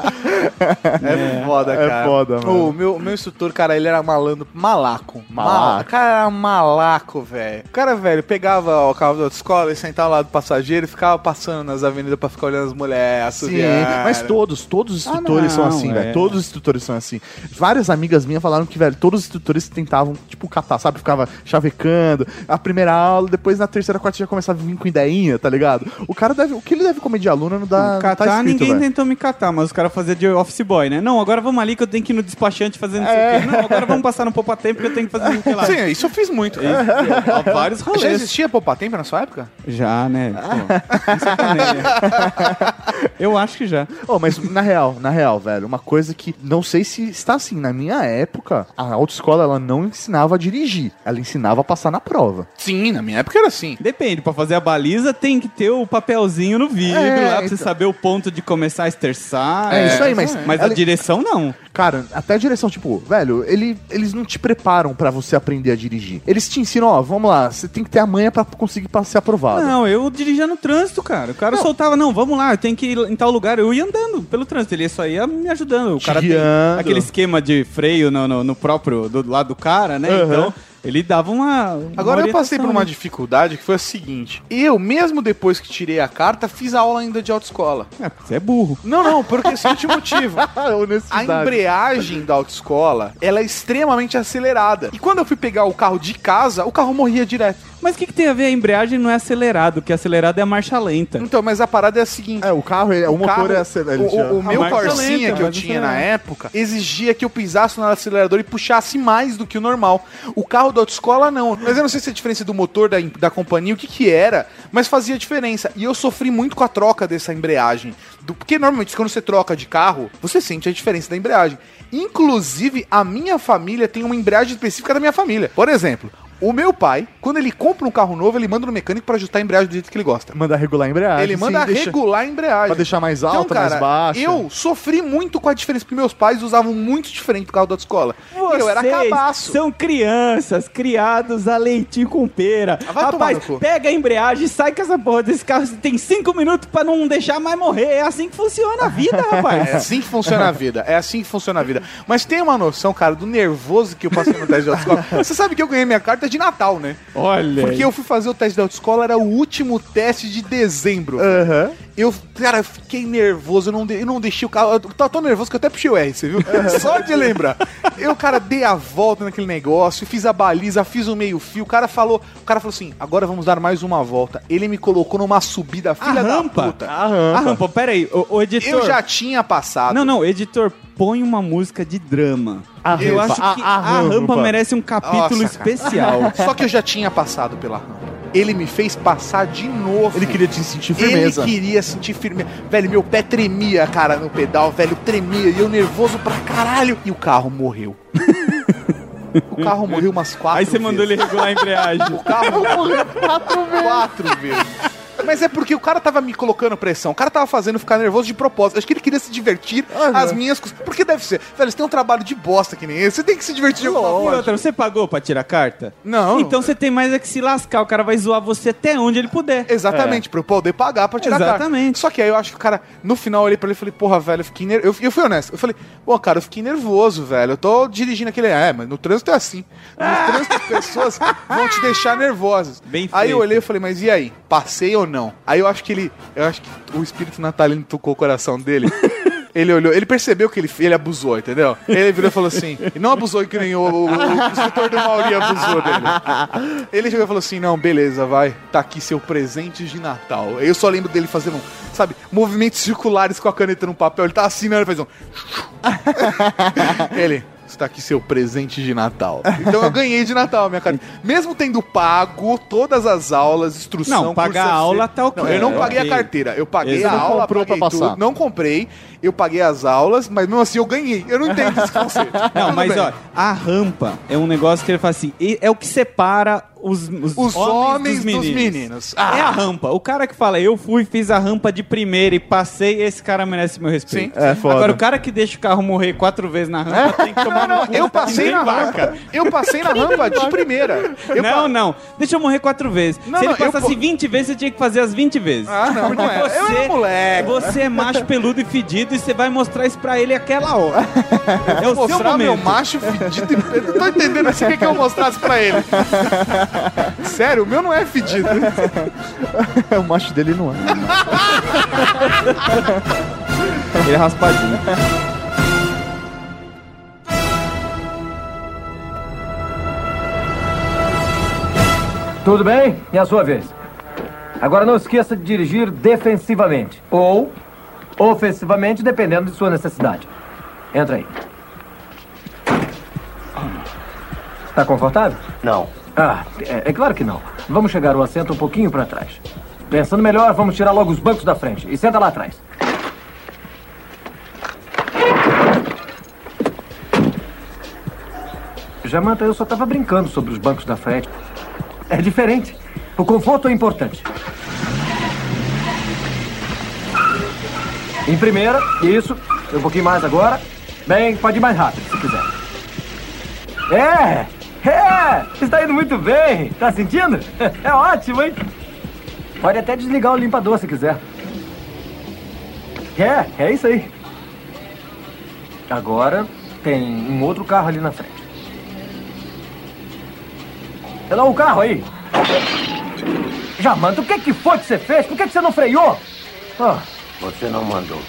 S1: É foda,
S4: É
S1: cara.
S4: foda, mano.
S1: O meu, meu instrutor, cara, ele era malandro, malaco.
S4: Malaco.
S1: O cara era malaco, velho. O cara, velho, pegava o carro da autoescola e sentava lá do passageiro e ficava passando nas avenidas pra ficar olhando as mulheres,
S4: Sim, mas todos, todos os instrutores
S3: Ah,
S4: são
S3: não,
S4: assim, velho.
S3: é.
S4: Todos os instrutores são assim. Várias amigas minhas falaram que, velho, todos os instrutores tentavam, tipo, catar, sabe? Ficava chavecando. A primeira aula, depois na terceira, quarta já começava a vir com ideinha, tá ligado? O cara deve. O que ele deve comer de aluno não dá. Não,
S3: catar,
S4: tá escrito,
S3: ninguém
S4: velho.
S3: tentou me catar, mas os caras faziam de office boy, né? Não, agora vamos ali que eu tenho que ir no despachante fazendo isso
S4: É.
S3: aqui. Não, agora vamos passar no poupa tempo que eu tenho que fazer sei lá.
S1: Sim, isso eu fiz muito. cara.
S3: Há vários
S1: Já
S3: rolês.
S1: existia poupatempo na sua época?
S3: Já, né? Pô, sem sacanagem. eu acho que já.
S4: Ô, Oh, mas na real, na real, velho, uma coisa que não sei se está assim. Na minha época, a autoescola ela não ensinava a dirigir, ela ensinava a passar na prova.
S1: Sim, na minha época era assim.
S3: Depende, pra fazer a baliza tem que ter o papelzinho no vidro
S4: É,
S3: lá, pra
S4: então.
S3: você saber o ponto de começar a esterçar.
S4: É, isso aí, mas-
S3: Mas
S4: ela-
S3: a direção não.
S4: Cara, até a direção, tipo, velho, ele- eles não te preparam pra você aprender a dirigir. Eles te ensinam, ó, vamos lá, você tem que ter a manha pra conseguir pra ser aprovado.
S3: Não, eu dirigia no trânsito, cara. O cara soltava, não, vamos lá, eu tenho que ir em tal lugar. Eu ia andando pelo trânsito, ele só ia me ajudando. O
S4: Te
S3: cara tem
S4: guiando.
S3: aquele esquema de freio no, no- no próprio, do lado do cara, né?
S4: Aham.
S3: Então, ele dava uma. uma
S1: Agora eu passei
S3: orientação,
S1: por uma
S3: né?
S1: dificuldade que foi a seguinte: eu, mesmo depois que tirei a carta, fiz a aula ainda de autoescola.
S3: É, você é burro.
S1: Não, não, porque esse é o seguinte motivo.
S4: Ah,
S1: A
S4: honestidade.
S1: embreagem da autoescola, ela é extremamente acelerada. E quando eu fui pegar o carro de casa, o carro morria direto.
S3: Mas o que, que tem a ver? A embreagem não é acelerado, porque acelerado é a marcha lenta.
S1: Então, mas a parada é a seguinte.
S4: É, o carro, ele- o, motor
S1: carro-
S4: é acelerado.
S1: o, o, o meu
S3: marcha
S1: Corsinha
S3: lenta,
S1: que eu
S3: mas
S1: tinha
S3: acelerado.
S1: na época exigia que eu pisasse no acelerador e puxasse mais do que o normal. O carro da autoescola não. Mas eu não sei se é a diferença do motor da, da companhia, o que que era, mas fazia diferença. E eu sofri muito com a troca dessa embreagem. Do- porque normalmente quando você troca de carro, você sente a diferença da embreagem. Inclusive, a minha família tem uma embreagem específica da minha família. Por exemplo, o meu pai, quando ele compra um carro novo, ele manda no mecânico pra ajustar a embreagem do jeito que ele gosta.
S4: Manda regular a embreagem.
S1: Ele
S4: sim,
S1: manda
S4: deixa-
S1: regular a embreagem.
S4: Pra deixar mais alta,
S1: Então, cara,
S4: mais baixa.
S1: Eu sofri muito com a diferença, porque meus pais usavam muito diferente o carro da escola. E eu era
S3: Vocês
S1: cabaço.
S3: São crianças criados a leitinho com pera.
S1: Ah, vai tomar
S3: Rapaz,
S1: no cu.
S3: pega a embreagem e sai com essa porra desse carro. Você tem cinco minutos pra não deixar mais morrer. É assim que funciona a vida,
S1: É
S3: rapaz.
S1: assim que funciona a vida. É assim que funciona a vida. Mas tem uma noção, cara, do nervoso que eu passei no teste da autoescola. Você sabe que eu ganhei minha carta de Natal, né?
S3: Olha.
S1: Porque eu fui fazer o teste da autoescola, era o último teste de dezembro.
S4: Aham.
S1: Eu, cara, eu fiquei nervoso, eu não, de- eu não deixei o carro. Eu tô tão nervoso que eu até puxei o R, você viu? Só de lembrar. Eu, cara, dei a volta naquele negócio, fiz a baliza, fiz o meio-fio. O cara falou, o cara falou assim: agora vamos dar mais uma volta. Ele me colocou numa subida,
S3: a
S1: filha da
S3: rampa.
S1: puta.
S3: A rampa. A rampa, peraí. O, o editor.
S1: Eu já tinha passado.
S3: Não, não, editor, põe uma música de drama.
S4: A
S3: eu
S4: rampa,
S3: acho
S4: a-
S3: que
S4: a
S3: a, rampa.
S4: rampa.
S3: merece um capítulo
S1: Nossa, cara.
S3: especial.
S1: Só que eu já tinha passado pela rampa. Ele me fez passar de novo.
S4: Ele queria te sentir
S1: Ele
S4: firmeza.
S1: queria sentir firmeza. Velho, meu pé tremia, cara, no pedal, velho, tremia. E eu nervoso pra caralho. E o carro morreu. o carro morreu umas quatro
S3: Aí você mandou ele
S1: vezes.
S3: regular a embreagem.
S1: O carro morreu quatro vezes. Quatro vezes. Mas é porque o cara tava me colocando pressão, o cara tava fazendo eu ficar nervoso de propósito. Acho que ele queria se divertir as minhas cus- Porque deve ser. Velho, você tem um trabalho de bosta que nem esse, você tem que se divertir de alguma
S3: E
S1: forma.
S3: outra, você pagou pra tirar a carta?
S1: Não.
S3: Então você tem mais é que se lascar. O cara vai zoar você até onde ele puder.
S1: Exatamente, pra eu poder pagar pra tirar a carta.
S3: É. Exatamente.
S1: Só que aí eu acho que o cara, no final, eu olhei pra ele e falei, porra, velho, eu fiquei nervoso. Eu, eu fui honesto. Eu falei, pô, cara, eu fiquei nervoso, velho. Eu tô dirigindo aquele. É, mas no trânsito é assim. No trânsito as pessoas vão te deixar nervosas.
S3: Ah." Bem
S1: aí eu
S3: feito.
S1: olhei e falei, mas e aí? Passei ou não? Aí eu acho que ele. Eu acho que o espírito natalino tocou o coração dele. ele olhou, ele percebeu que ele, ele abusou, entendeu? Ele virou e falou assim, e não abusou que nem o, o, o escritor do Mauri abusou dele. Ele chegou e falou assim, não, beleza, vai, tá aqui seu presente de Natal. Eu só lembro dele fazendo, sabe, movimentos circulares com a caneta no papel, ele tá assinando, ele faz um... ele... Está aqui seu presente de Natal. Então eu ganhei de Natal, minha cara. Mesmo tendo pago todas as aulas, instrução,
S3: Não, pagar
S1: curso
S3: a aula tá ok.
S1: Não, eu não
S3: É,
S1: paguei
S3: ok.
S1: a carteira. Eu paguei
S3: Exato.
S1: a aula,
S4: Comprou
S1: paguei
S4: pra passar.
S1: tudo, não comprei. Eu paguei as aulas, mas mesmo assim eu ganhei. Eu não entendo esse conceito.
S3: Não,
S1: Tudo
S3: mas
S1: bem.
S3: ó, a rampa é um negócio que ele faz assim, e- é o que separa os, os,
S1: Os homens, dos meninos. Ah,
S3: É a rampa. O cara que fala, eu fui, fiz a rampa de primeira e passei, esse cara merece meu respeito.
S4: Sim. É, foda.
S3: Agora, o cara que deixa o carro morrer quatro vezes na rampa tem que tomar
S1: É? Não,
S3: no cu.
S1: eu passei
S3: É, Nem
S1: na
S3: vai.
S1: rampa. Eu passei na rampa de primeira. Eu
S3: não,
S1: pa-
S3: não. Deixa eu morrer quatro vezes.
S1: Não,
S3: Se ele
S1: não, eu
S3: passasse
S1: po-
S3: 20 vezes, você tinha que fazer as 20 vezes.
S1: Ah, não, não é. Eu era moleque.
S3: Você é macho peludo e fedido e você vai mostrar isso pra ele aquela hora. É o seu
S1: Mostrar meu
S3: momento.
S1: macho fedido e preto. Não tô entendendo assim o que que eu mostrasse pra ele. Sério, o meu não é fedido.
S4: o macho dele não é.
S3: Ele é raspadinho.
S9: Tudo bem? É a sua vez. Agora não esqueça de dirigir defensivamente ou ofensivamente, dependendo de sua necessidade. Entra aí. Tá confortável?
S10: Não.
S9: Ah, é, é claro que não. Vamos chegar o assento um pouquinho para trás. Pensando melhor, vamos tirar logo os bancos da frente e senta lá atrás. Jamanta, eu só tava brincando sobre os bancos da frente. É diferente. O conforto é importante. Em primeira, isso. Um pouquinho mais agora. Bem, pode ir mais rápido, se quiser. É! É! Está indo muito bem! Tá sentindo? É ótimo, hein? Pode até desligar o limpador se quiser. É, é isso aí. Agora tem um outro carro ali na frente. Olha lá o carro aí! Jamanta, o que, que foi que você fez? Por que, que você não freou? Ah,
S10: Você não mandou.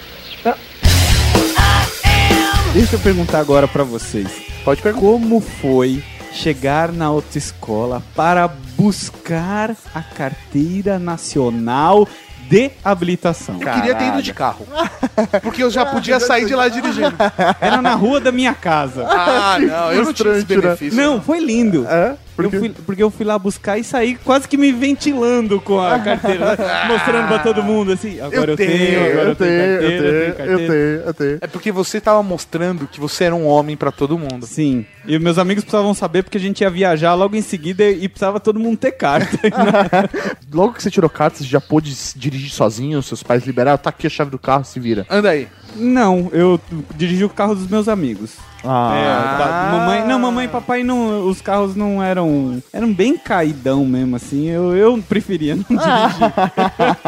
S3: Deixa eu perguntar agora pra vocês. Pode perguntar. Como foi chegar na autoescola para buscar a carteira nacional de habilitação?
S1: Eu queria ter ido de carro. Porque
S3: Ah,
S1: eu já podia sair de lá dirigindo.
S3: Era na rua da minha casa.
S1: Ah, não, eu não tive esse benefício.
S3: Não, foi lindo. Porque... Eu fui, porque eu fui lá buscar e saí quase que me ventilando com a carteira, né? mostrando pra todo mundo assim. Agora eu, tenho, agora eu tenho, carteira, eu tenho carteira.
S4: eu tenho.
S1: É porque você tava mostrando que você era um homem pra todo mundo.
S3: Sim. E meus amigos precisavam saber porque a gente ia viajar logo em seguida e precisava todo mundo ter carta.
S4: Logo que você tirou carta, você já pôde s- dirigir sozinho, seus pais liberaram, tá aqui a chave do carro, se vira.
S1: Anda aí.
S3: não, eu dirigi o carro dos meus amigos.
S4: Ah,
S3: É, pa- mamãe, não, mamãe e papai não, os carros não eram, eram bem caidão mesmo assim. Eu, eu preferia não dirigir.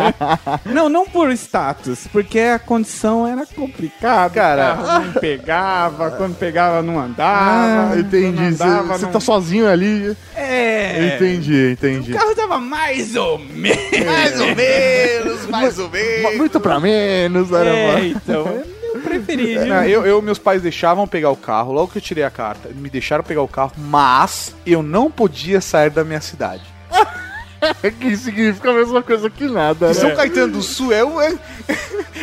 S3: não, não por status, porque a condição era complicada.
S1: Cara.
S3: o carro não pegava, quando pegava não
S4: Ah,
S1: Ah,
S3: andava.
S4: entendi. Você
S3: Não andava,
S4: você
S3: não-
S4: tá sozinho ali.
S3: É.
S4: Entendi, entendi.
S3: O carro tava mais ou menos.
S1: Mais ou menos, mais ou menos.
S4: Muito pra menos, era
S3: É,
S4: uma-
S3: então, eu eu preferi. viu?
S1: Não, eu, eu- meus pais deixavam pegar o carro, logo que eu tirei a carta, me deixaram pegar o carro, mas eu não podia sair da minha cidade.
S4: É que significa a mesma coisa que nada,
S1: E
S4: né?
S1: São Caetano do Sul é um. É,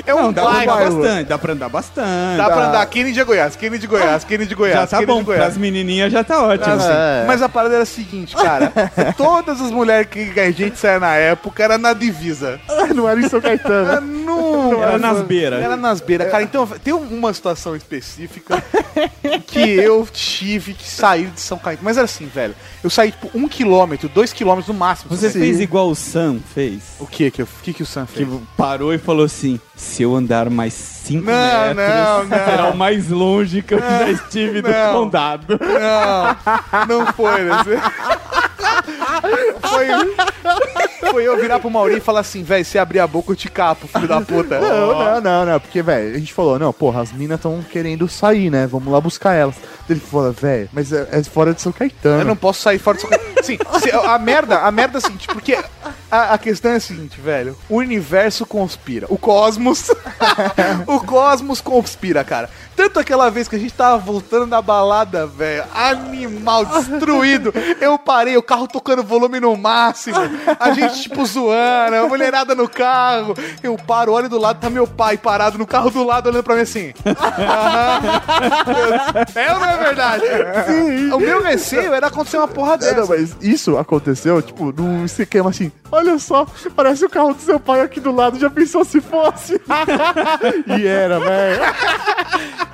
S1: é um
S3: É. Não, dá pra
S1: bairro.
S3: andar bastante, dá pra andar bastante.
S1: Dá pra andar Kennedy de Goiás, Kennedy de Goiás, Kennedy de Goiás.
S3: Já tá
S1: Kennedy
S3: bom,
S1: de Goiás.
S3: pras menininhas já tá ótimo.
S1: Assim,
S3: assim.
S4: É.
S1: Mas a parada era a seguinte, cara. todas as mulheres que a gente saía na época era na divisa.
S4: Não era em São Caetano.
S1: Não,
S3: Era nas beiras.
S1: Era nas beiras. Cara, então tem uma situação específica que eu tive que sair de São Caetano. Mas era assim, velho. Eu saí, tipo, um quilômetro, dois quilômetros no máximo.
S3: Você fez igual o Sam fez?
S1: O que que, eu, o que que o Sam
S3: Que
S1: fez?
S3: parou e falou assim: se eu andar mais 5
S1: Não,
S3: metros,
S1: não, não.
S3: será o mais longe que eu já estive do
S1: não.
S3: condado.
S1: Não, não foi, né? Foi, foi eu virar pro Mauri e falar assim, velho, se abrir a boca eu te capo, filho da puta.
S4: Não, não, não, não. Porque, velho, a gente falou, não, porra, as minas estão querendo sair, né? Vamos lá buscar elas. Ele falou, velho, mas é, é fora de São Caetano.
S1: Eu não posso sair fora do São Caetano. Sim, se- a merda, a merda é a seguinte, porque A, a questão é a seguinte, velho. O universo conspira. O cosmos. o cosmos conspira, cara. Tanto aquela vez que a gente tava voltando da balada, velho. Animal destruído. Eu parei, o carro tocando volume no máximo. A gente, tipo, zoando. A mulherada no carro. Eu paro, olho do lado, tá meu pai parado no carro do lado, olhando pra mim assim. Aham. É ou não é verdade? Sim. O meu receio era acontecer uma porra dessa.
S4: É, não, mas isso aconteceu, tipo, num esquema assim. Olha só, parece o carro do seu pai aqui do lado, já pensou se fosse? e era, velho.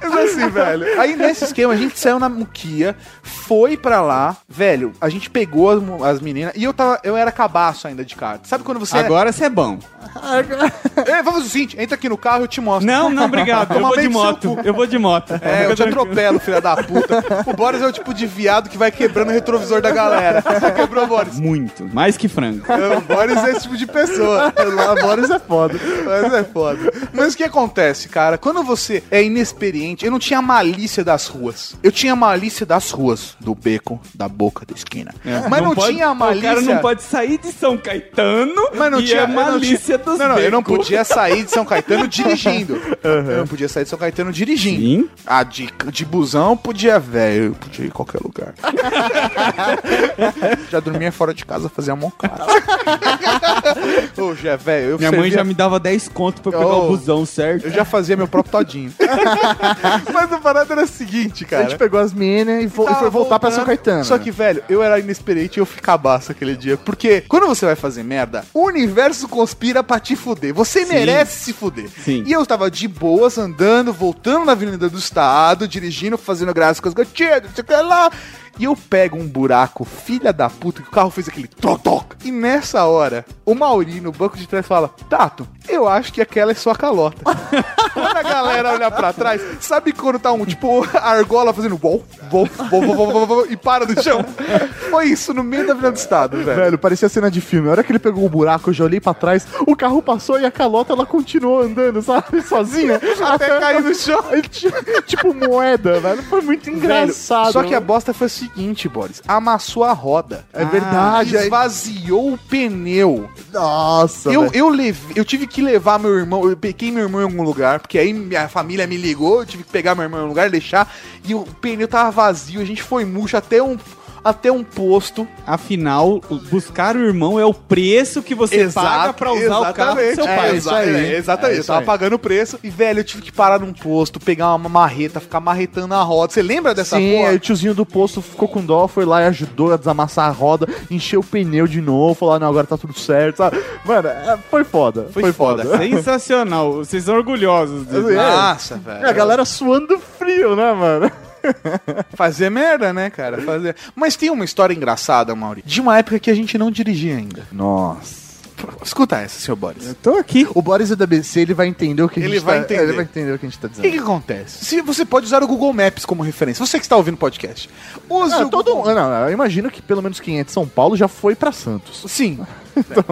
S1: Mas assim, velho. Aí nesse esquema a gente saiu na Muquia, foi pra lá, velho. A gente pegou as, mu- as meninas e eu tava, eu era cabaço ainda de carta. Sabe quando você é-
S3: Agora você é bom.
S1: É, vamos fazer o seguinte, entra aqui no carro e eu te mostro.
S3: Não, não, obrigado. Eu
S1: Toma
S3: vou de
S1: bem no seu
S3: moto.
S1: cu.
S3: Eu vou de moto.
S1: É, eu te
S3: Fica tranquilo.
S1: atropelo, filha da puta. O Boris é o tipo de viado que vai quebrando o retrovisor da galera. Você quebrou o Boris?
S3: Muito. Mais que frango.
S1: O Boris é esse tipo de pessoa.
S4: Lá, Boris é foda.
S1: Mas é foda. Mas o que acontece, cara? Quando você é inexperiente, eu não tinha malícia das ruas. Eu tinha malícia das ruas, do beco, da boca, da esquina. Mas não,
S3: É. pode-
S1: tinha a malícia.
S3: O cara não pode sair de São Caetano
S1: Mas não
S3: e
S1: tinha
S3: é malícia
S1: eu não tinha-
S3: dos
S1: Não, não, eu não
S3: becos.
S1: podia sair de São Caetano dirigindo. Eu não podia sair de São Caetano dirigindo.
S3: Sim.
S1: Ah, de, de busão podia, velho. eu Podia ir em qualquer lugar. já dormia fora de casa, fazia mocada. Ô, Jé, velho, eu
S3: Minha mãe
S1: servia-
S3: já me dava 10 conto pra eu pegar
S1: Oh.
S3: o busão, certo?
S1: Eu já fazia meu próprio todinho. Mas a parada era a seguinte,
S4: A
S1: cara.
S4: gente pegou as minas e, vo- e
S1: Tava
S4: foi voltar pra
S1: voltando.
S4: São Caetano. né?
S1: Só que, velho, eu era inexperiente e eu fui cabaço aquele dia. Porque quando você vai fazer merda, o universo conspira pra te fuder. Você merece se fuder.
S3: Sim.
S1: E eu tava de boas, andando, voltando na Avenida do Estado, dirigindo, fazendo graça com as gatinhas, não sei o que lá. E eu pego um buraco, filha da puta, que o carro fez aquele totoc. E nessa hora, o Mauri no banco de trás fala: Tato, eu acho que aquela é sua calota. Quando a galera olhar pra trás, sabe quando tá um, tipo, a argola fazendo bom, bom, bom, bom, bom, bom, bom, e para do chão? Foi isso no meio da Avenida do Estado, velho.
S4: Velho, parecia cena de filme. A hora que ele pegou o buraco, eu já olhei pra trás, o carro passou e a calota ela continuou andando, sabe? Sozinha.
S1: Até cair no chão.
S4: tipo moeda, velho. Foi muito engraçado.
S1: Só que a bosta foi o seguinte, Boris. Amassou a roda.
S4: É
S1: Ah,
S4: verdade, aí-
S1: Esvaziou o pneu.
S4: Nossa,
S1: Eu,
S4: velho.
S1: eu, leve- eu tive que levar meu irmão, eu peguei meu irmão em algum lugar, porque aí minha família me ligou, eu tive que pegar meu irmão em algum lugar, deixar, e o pneu tava vazio, a gente foi murcho até um, até um posto.
S3: Afinal, o- buscar o irmão é o preço que você paga pra usar o carro do seu
S1: é,
S3: pai.
S1: exa- é, exatamente. eu tava pagando o preço e, velho, eu tive que parar num posto, pegar uma marreta, ficar marretando a roda. Você lembra dessa
S4: Sim,
S1: porra?
S4: aí o tiozinho do posto ficou com dó, foi lá e ajudou a desamassar a roda, encheu o pneu de novo, falou, "Ah, não, agora tá tudo certo, sabe? Mano, é, foi foda. Foi, foda.
S3: Sensacional. Vocês são orgulhosos disso.
S4: É.
S1: Nossa,
S4: É, a
S1: velho.
S4: galera suando frio, né, mano?
S1: Fazer merda, né, cara? Fazer. Mas tem uma história engraçada, Mauri, de uma época que a gente não dirigia ainda.
S4: Nossa.
S1: Escuta essa, seu Boris.
S3: Tô aqui.
S4: O Boris é da BC, ele vai entender o que a
S1: Ele
S4: gente
S1: vai
S4: tá...
S1: entender.
S4: Ele vai entender o que a gente tá
S1: O que,
S4: dizendo.
S1: que acontece? Se você pode usar o Google Maps como referência, você que está ouvindo o podcast, use
S4: Ah,
S1: o
S4: todo
S1: Google...
S4: mundo. Não, não, eu imagino que pelo menos quem é de São Paulo já foi pra Santos.
S1: Sim. Então,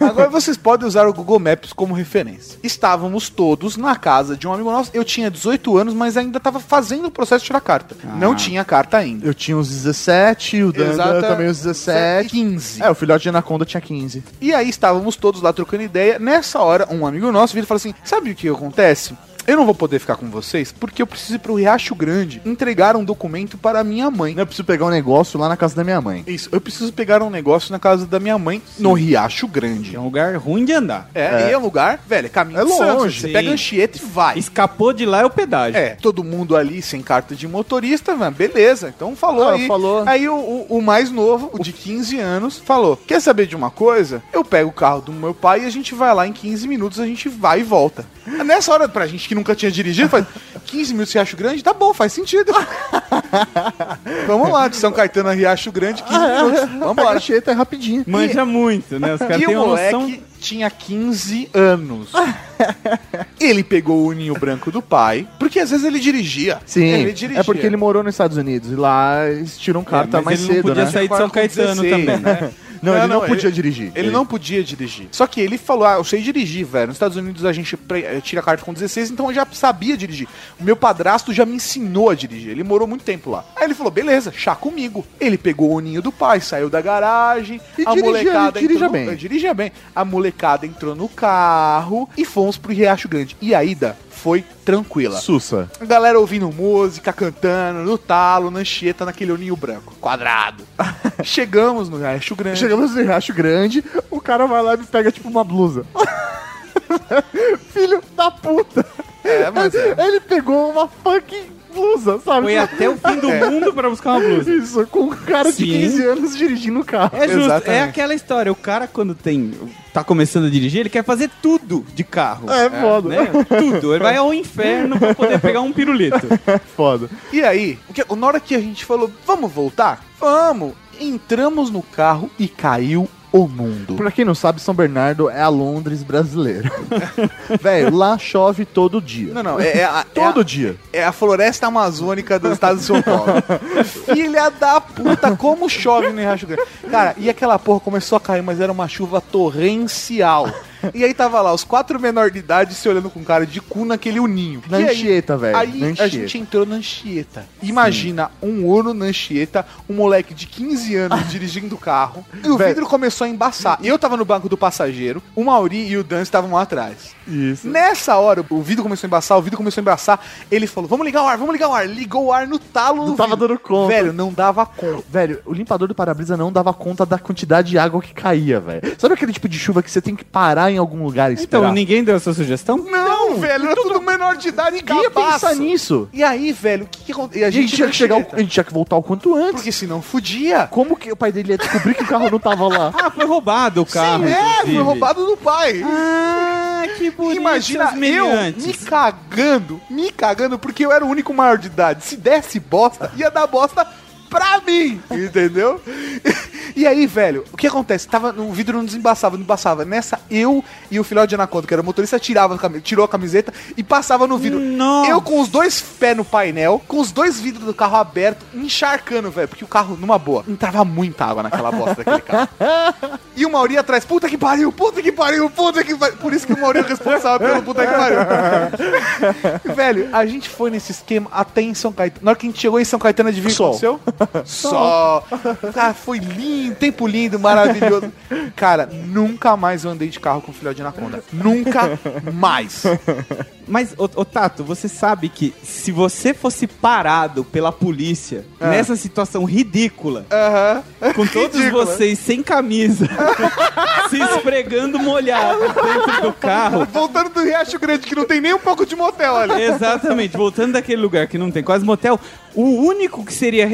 S1: Agora vocês podem usar o Google Maps como referência. Estávamos todos na casa de um amigo nosso. Eu tinha 18 anos, mas ainda estava fazendo o processo de tirar carta. Não tinha carta ainda.
S4: Eu tinha uns 17, o Dan
S1: Exata-
S4: também os 17.
S1: 15.
S4: É, o filhote de Anaconda tinha 15.
S1: E aí estávamos todos lá trocando ideia. Nessa hora, um amigo nosso vira e fala assim: Sabe o que acontece? Eu não vou poder ficar com vocês porque eu preciso ir pro Riacho Grande entregar um documento para minha mãe.
S4: Eu preciso pegar um negócio lá na casa da minha mãe.
S1: é Isso, eu preciso pegar um negócio na casa da minha mãe, no Riacho Grande.
S3: É um lugar ruim de andar.
S1: É, e é um lugar, velho, é caminho
S4: É
S1: de Santos,
S4: longe.
S1: Você
S3: Sim.
S1: pega Anchieta e vai.
S3: Escapou de lá é o pedágio.
S1: É, todo mundo ali sem carta de motorista, mano, beleza. Então falou
S4: Ah,
S1: aí.
S4: falou.
S1: Aí o, o- o mais novo, o de 15 anos, falou: Quer saber de uma coisa? Eu pego o carro do meu pai e a gente vai lá em 15 minutos, a gente vai e volta. Nessa hora, pra gente que nunca tinha dirigido, faz 15 minutos Riacho Grande? Tá bom, faz sentido. Vamos lá, de São Caetano a Riacho Grande, 15
S4: Ah,
S1: minutos.
S4: Vambora.
S1: Vambora.
S4: Cheta é rapidinho.
S3: Manja muito, né? Os caras
S1: E
S3: têm
S1: o
S3: uma
S1: moleque
S3: noção.
S1: tinha 15 anos. ele pegou o ninho branco do pai, porque às vezes ele dirigia.
S4: Sim,
S1: ele dirigia.
S4: é porque ele morou nos Estados Unidos e lá eles tiram
S3: É,
S4: carta
S3: mas
S4: mais
S3: ele
S4: cedo,
S3: não podia
S4: né?
S3: sair de São
S1: Agora com
S3: Caetano
S1: 16,
S3: também.
S1: né?
S4: Não, ele não podia dirigir.
S1: Ele,
S4: Ele-
S1: não podia dirigir. Só que ele falou: ah, eu sei dirigir, velho. Nos Estados Unidos a gente pre- eh, tira a carta com 16, então eu já sabia dirigir. O meu padrasto já me ensinou a dirigir. Ele morou muito tempo lá. Aí ele falou: beleza, chá comigo. Ele pegou o oninho do pai, saiu da garagem.
S4: E
S1: a
S4: dirigia-
S1: molecada
S4: dirige
S1: entrou
S4: bem.
S1: No, eh, dirigia bem. A molecada entrou no carro e fomos pro Riacho Grande. E a ida foi tranquila.
S4: Sussa.
S1: A galera ouvindo música, cantando, no talo, na anchieta, naquele olhinho branco, quadrado. Chegamos no Riacho Grande.
S4: Chegamos no riacho grande, o cara vai lá e me pega tipo uma blusa. Filho da puta!
S1: É, mas é.
S4: Ele pegou uma fucking blusa, sabe?
S3: Foi até o fim do mundo pra buscar uma blusa.
S4: Isso, com um cara de
S3: Sim.
S4: 15 anos dirigindo o carro.
S3: É justo, é
S4: Exatamente.
S3: aquela história. O cara, quando tem. tá começando a dirigir, ele quer fazer tudo de carro.
S4: É, foda.
S3: Né? Tudo. Ele vai ao inferno pra poder pegar um pirulito.
S4: É Foda.
S1: E aí, o que- na hora que a gente falou, vamos voltar? Vamos! Entramos no carro e caiu o mundo.
S4: Pra quem não sabe, São Bernardo é a Londres brasileira. Velho, lá chove todo dia.
S1: Não, não, é, é a, é, a,
S4: Todo dia.
S1: é a floresta amazônica do estado de São Paulo. Filha da puta, como chove no Riacho Grande. Cara, e aquela porra começou a cair, mas era uma chuva torrencial. E aí tava lá, os quatro menores de idade se olhando com cara de cu naquele uninho.
S4: Na
S1: E aí-
S4: Anchieta, velho.
S1: Aí
S4: na
S1: a
S4: Anchieta.
S1: gente entrou na Anchieta. Imagina um Uno na Anchieta, um moleque de 15 anos dirigindo o carro, e o
S4: Velho.
S1: vidro começou a embaçar. E eu tava no banco do passageiro, o Mauri e o Dan estavam lá atrás.
S4: Isso.
S1: Nessa hora, o vidro começou a embaçar, o vidro começou a embaçar. Ele falou: Vamos ligar o ar, vamos ligar o ar. Ligou o ar no talo do
S4: Não tava
S1: vidro.
S4: dando conta.
S1: Velho, não dava conta.
S4: Velho, o limpador do para-brisa não dava conta da quantidade de água que caía, velho. Sabe aquele tipo de chuva que você tem que parar em algum lugar e esperar?
S3: Então, ninguém deu essa sugestão?
S1: Não, velho, era tudo menor de idade e
S4: então ninguém ia pensar
S1: cabaço.
S4: nisso.
S1: E aí, velho, o que, que aconteceu?
S4: A gente, tinha que chegar, o- a gente tinha que voltar o quanto antes.
S1: Porque senão fudia.
S4: Como que o pai dele ia descobrir que o carro não tava lá?
S3: Ah, foi roubado o carro.
S1: Sim, é, foi
S3: inclusive.
S1: roubado do pai.
S3: Ah, que bonito.
S1: Imagina
S3: seus
S1: eu
S3: meliantes.
S1: me cagando, me cagando, porque eu era o único maior de idade. Se desse bosta, ia dar bosta pra mim, entendeu? E aí, velho, o que acontece? Tava, o vidro não desembaçava, não embaçava. Nessa, eu e o filhote de Anaconda, que era motorista, tirava, a cami- tirou a camiseta e passava no vidro.
S3: Nossa.
S1: Eu com os dois pés no painel, com os dois vidros do carro aberto, encharcando, velho. Porque o carro, numa boa, entrava muita água naquela bosta daquele carro. E o Mauri atrás, puta que pariu, puta que pariu, puta que pariu. Por isso que o Mauri é responsável pelo puta que pariu. Velho, a gente foi nesse esquema até em São Caetano. Na hora que a gente chegou em São Caetano, adivinha o que aconteceu?
S4: Sol.
S1: Sol. Cara, foi lindo, tempo lindo, maravilhoso. Cara, nunca mais eu andei de carro com o filhote de anaconda. Nunca mais.
S3: Mas, ô, ô, Tato, você sabe que se você fosse parado pela polícia nessa situação ridícula,
S1: Ah. Aham.
S3: com todos
S1: Ridícula.
S3: vocês sem camisa, se esfregando molhado dentro do carro,
S1: Voltando do Riacho Grande, que não tem nem um pouco de motel ali.
S3: Exatamente, voltando daquele lugar que não tem quase motel, o único que seria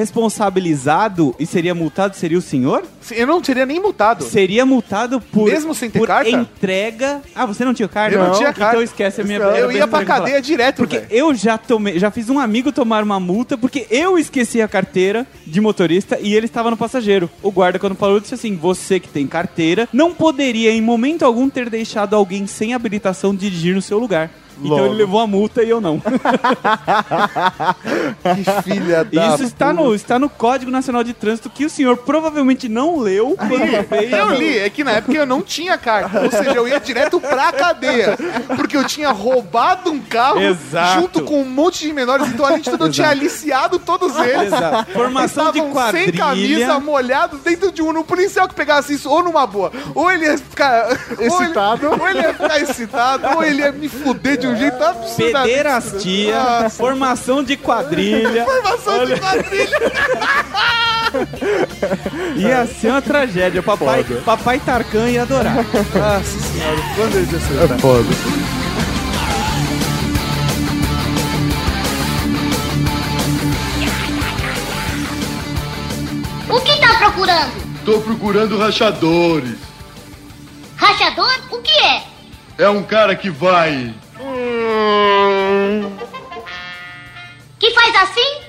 S3: responsabilizado e seria multado seria o senhor?
S1: Eu não teria nem multado.
S3: Seria multado por
S1: Mesmo sem ter
S3: por
S1: carta?
S3: entrega. Ah, você não tinha carta?
S1: Eu não tinha carta.
S3: Então esquece a minha
S1: Eu ia pra
S3: pergunta lá.
S1: cadeia direto,
S3: Porque
S1: velho.
S3: eu já tomei, já fiz um amigo tomar uma multa porque eu esqueci a carteira de motorista e ele estava no passageiro. O guarda quando falou disse assim: "Você que tem carteira, não poderia em momento algum ter deixado alguém sem habilitação dirigir no seu lugar". Então
S4: Logo.
S3: ele levou a multa e eu não.
S1: Que filha
S3: E Isso está no, está no Código Nacional de Trânsito que o senhor provavelmente não leu quando fez.
S1: Eu li, é que na época eu não tinha carta. Ou seja, eu ia direto pra cadeia. Porque eu tinha roubado um carro
S3: Exato.
S1: junto com um monte de menores. Então a gente não tinha aliciado todos eles.
S3: Exato. Formação de
S1: Estavam sem camisa,
S3: quadrilha.
S1: molhados dentro de um. No policial que pegasse isso, ou numa boa, ou ele ia ficar
S4: Excitado.
S1: Ou ele, ou ele ia ficar excitado, ou ele ia me fuder de um jeito absurdo.
S3: Pederastia, formação de quadrilha.
S1: Formação de quadrilha.
S3: Ia ser assim é uma tragédia. Papai, papai Tarkan ia adorar.
S1: Nossa senhora, quando eu disse isso, tá?
S4: Foda.
S7: O que tá procurando?
S9: Tô procurando rachadores.
S7: Rachador? O que é?
S9: É um cara que vai.
S7: Que faz assim?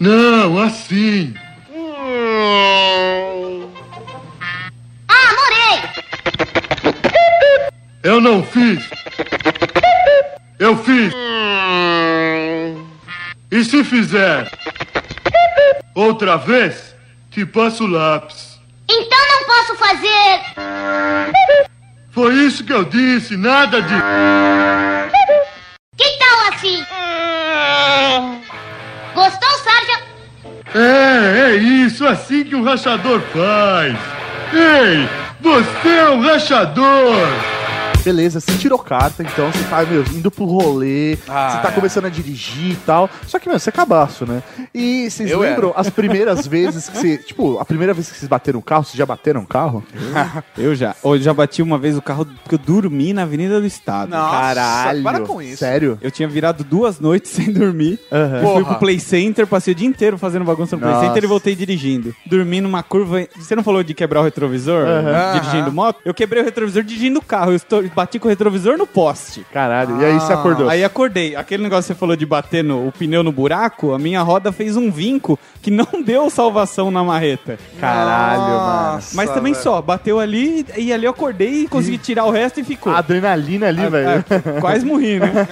S9: Não, assim.
S7: Ah, morei!
S9: Eu não fiz. Eu fiz. E se fizer outra vez, Te passo o lápis.
S7: Então não posso fazer.
S9: Foi isso que eu disse, nada de.
S7: Que tal assim? Gostou, Sarja?
S9: É, é isso, assim que um rachador faz. Ei, você é um rachador!
S4: Beleza, você tirou carta, então você tá, meu, indo pro rolê,
S1: Ah,
S4: você tá
S1: é.
S4: começando a dirigir e tal. Só que, meu, você é cabaço, né? E vocês
S1: Eu
S4: lembram as primeiras vezes que você. Tipo, a primeira vez que vocês bateram um carro, vocês já bateram um carro?
S3: Eu já. Eu já bati uma vez o carro porque eu dormi na Avenida do Estado.
S1: Nossa,
S3: Caralho.
S1: para com isso.
S4: Sério?
S3: Eu tinha virado duas noites sem dormir.
S4: Aham.
S3: Eu fui
S1: Porra.
S3: pro Play Center, passei o dia inteiro fazendo bagunça no
S4: Nossa.
S3: Play Center e voltei dirigindo. Dormi numa curva. Você não falou de quebrar o retrovisor?
S4: Aham.
S3: Dirigindo moto? Eu quebrei o retrovisor dirigindo o carro. Eu estou- bati com o retrovisor no poste.
S4: Caralho. E aí você
S1: Ah.
S4: acordou.
S3: Aí acordei. Aquele negócio que você falou de bater no, o pneu no buraco, a minha roda fez um vinco que não deu salvação na marreta.
S4: Caralho, mano.
S1: Nossa,
S3: Mas também
S1: velho.
S3: só, bateu ali e ali eu acordei e consegui tirar o resto e ficou.
S4: A adrenalina ali, velho.
S3: Ah, quase morri, né?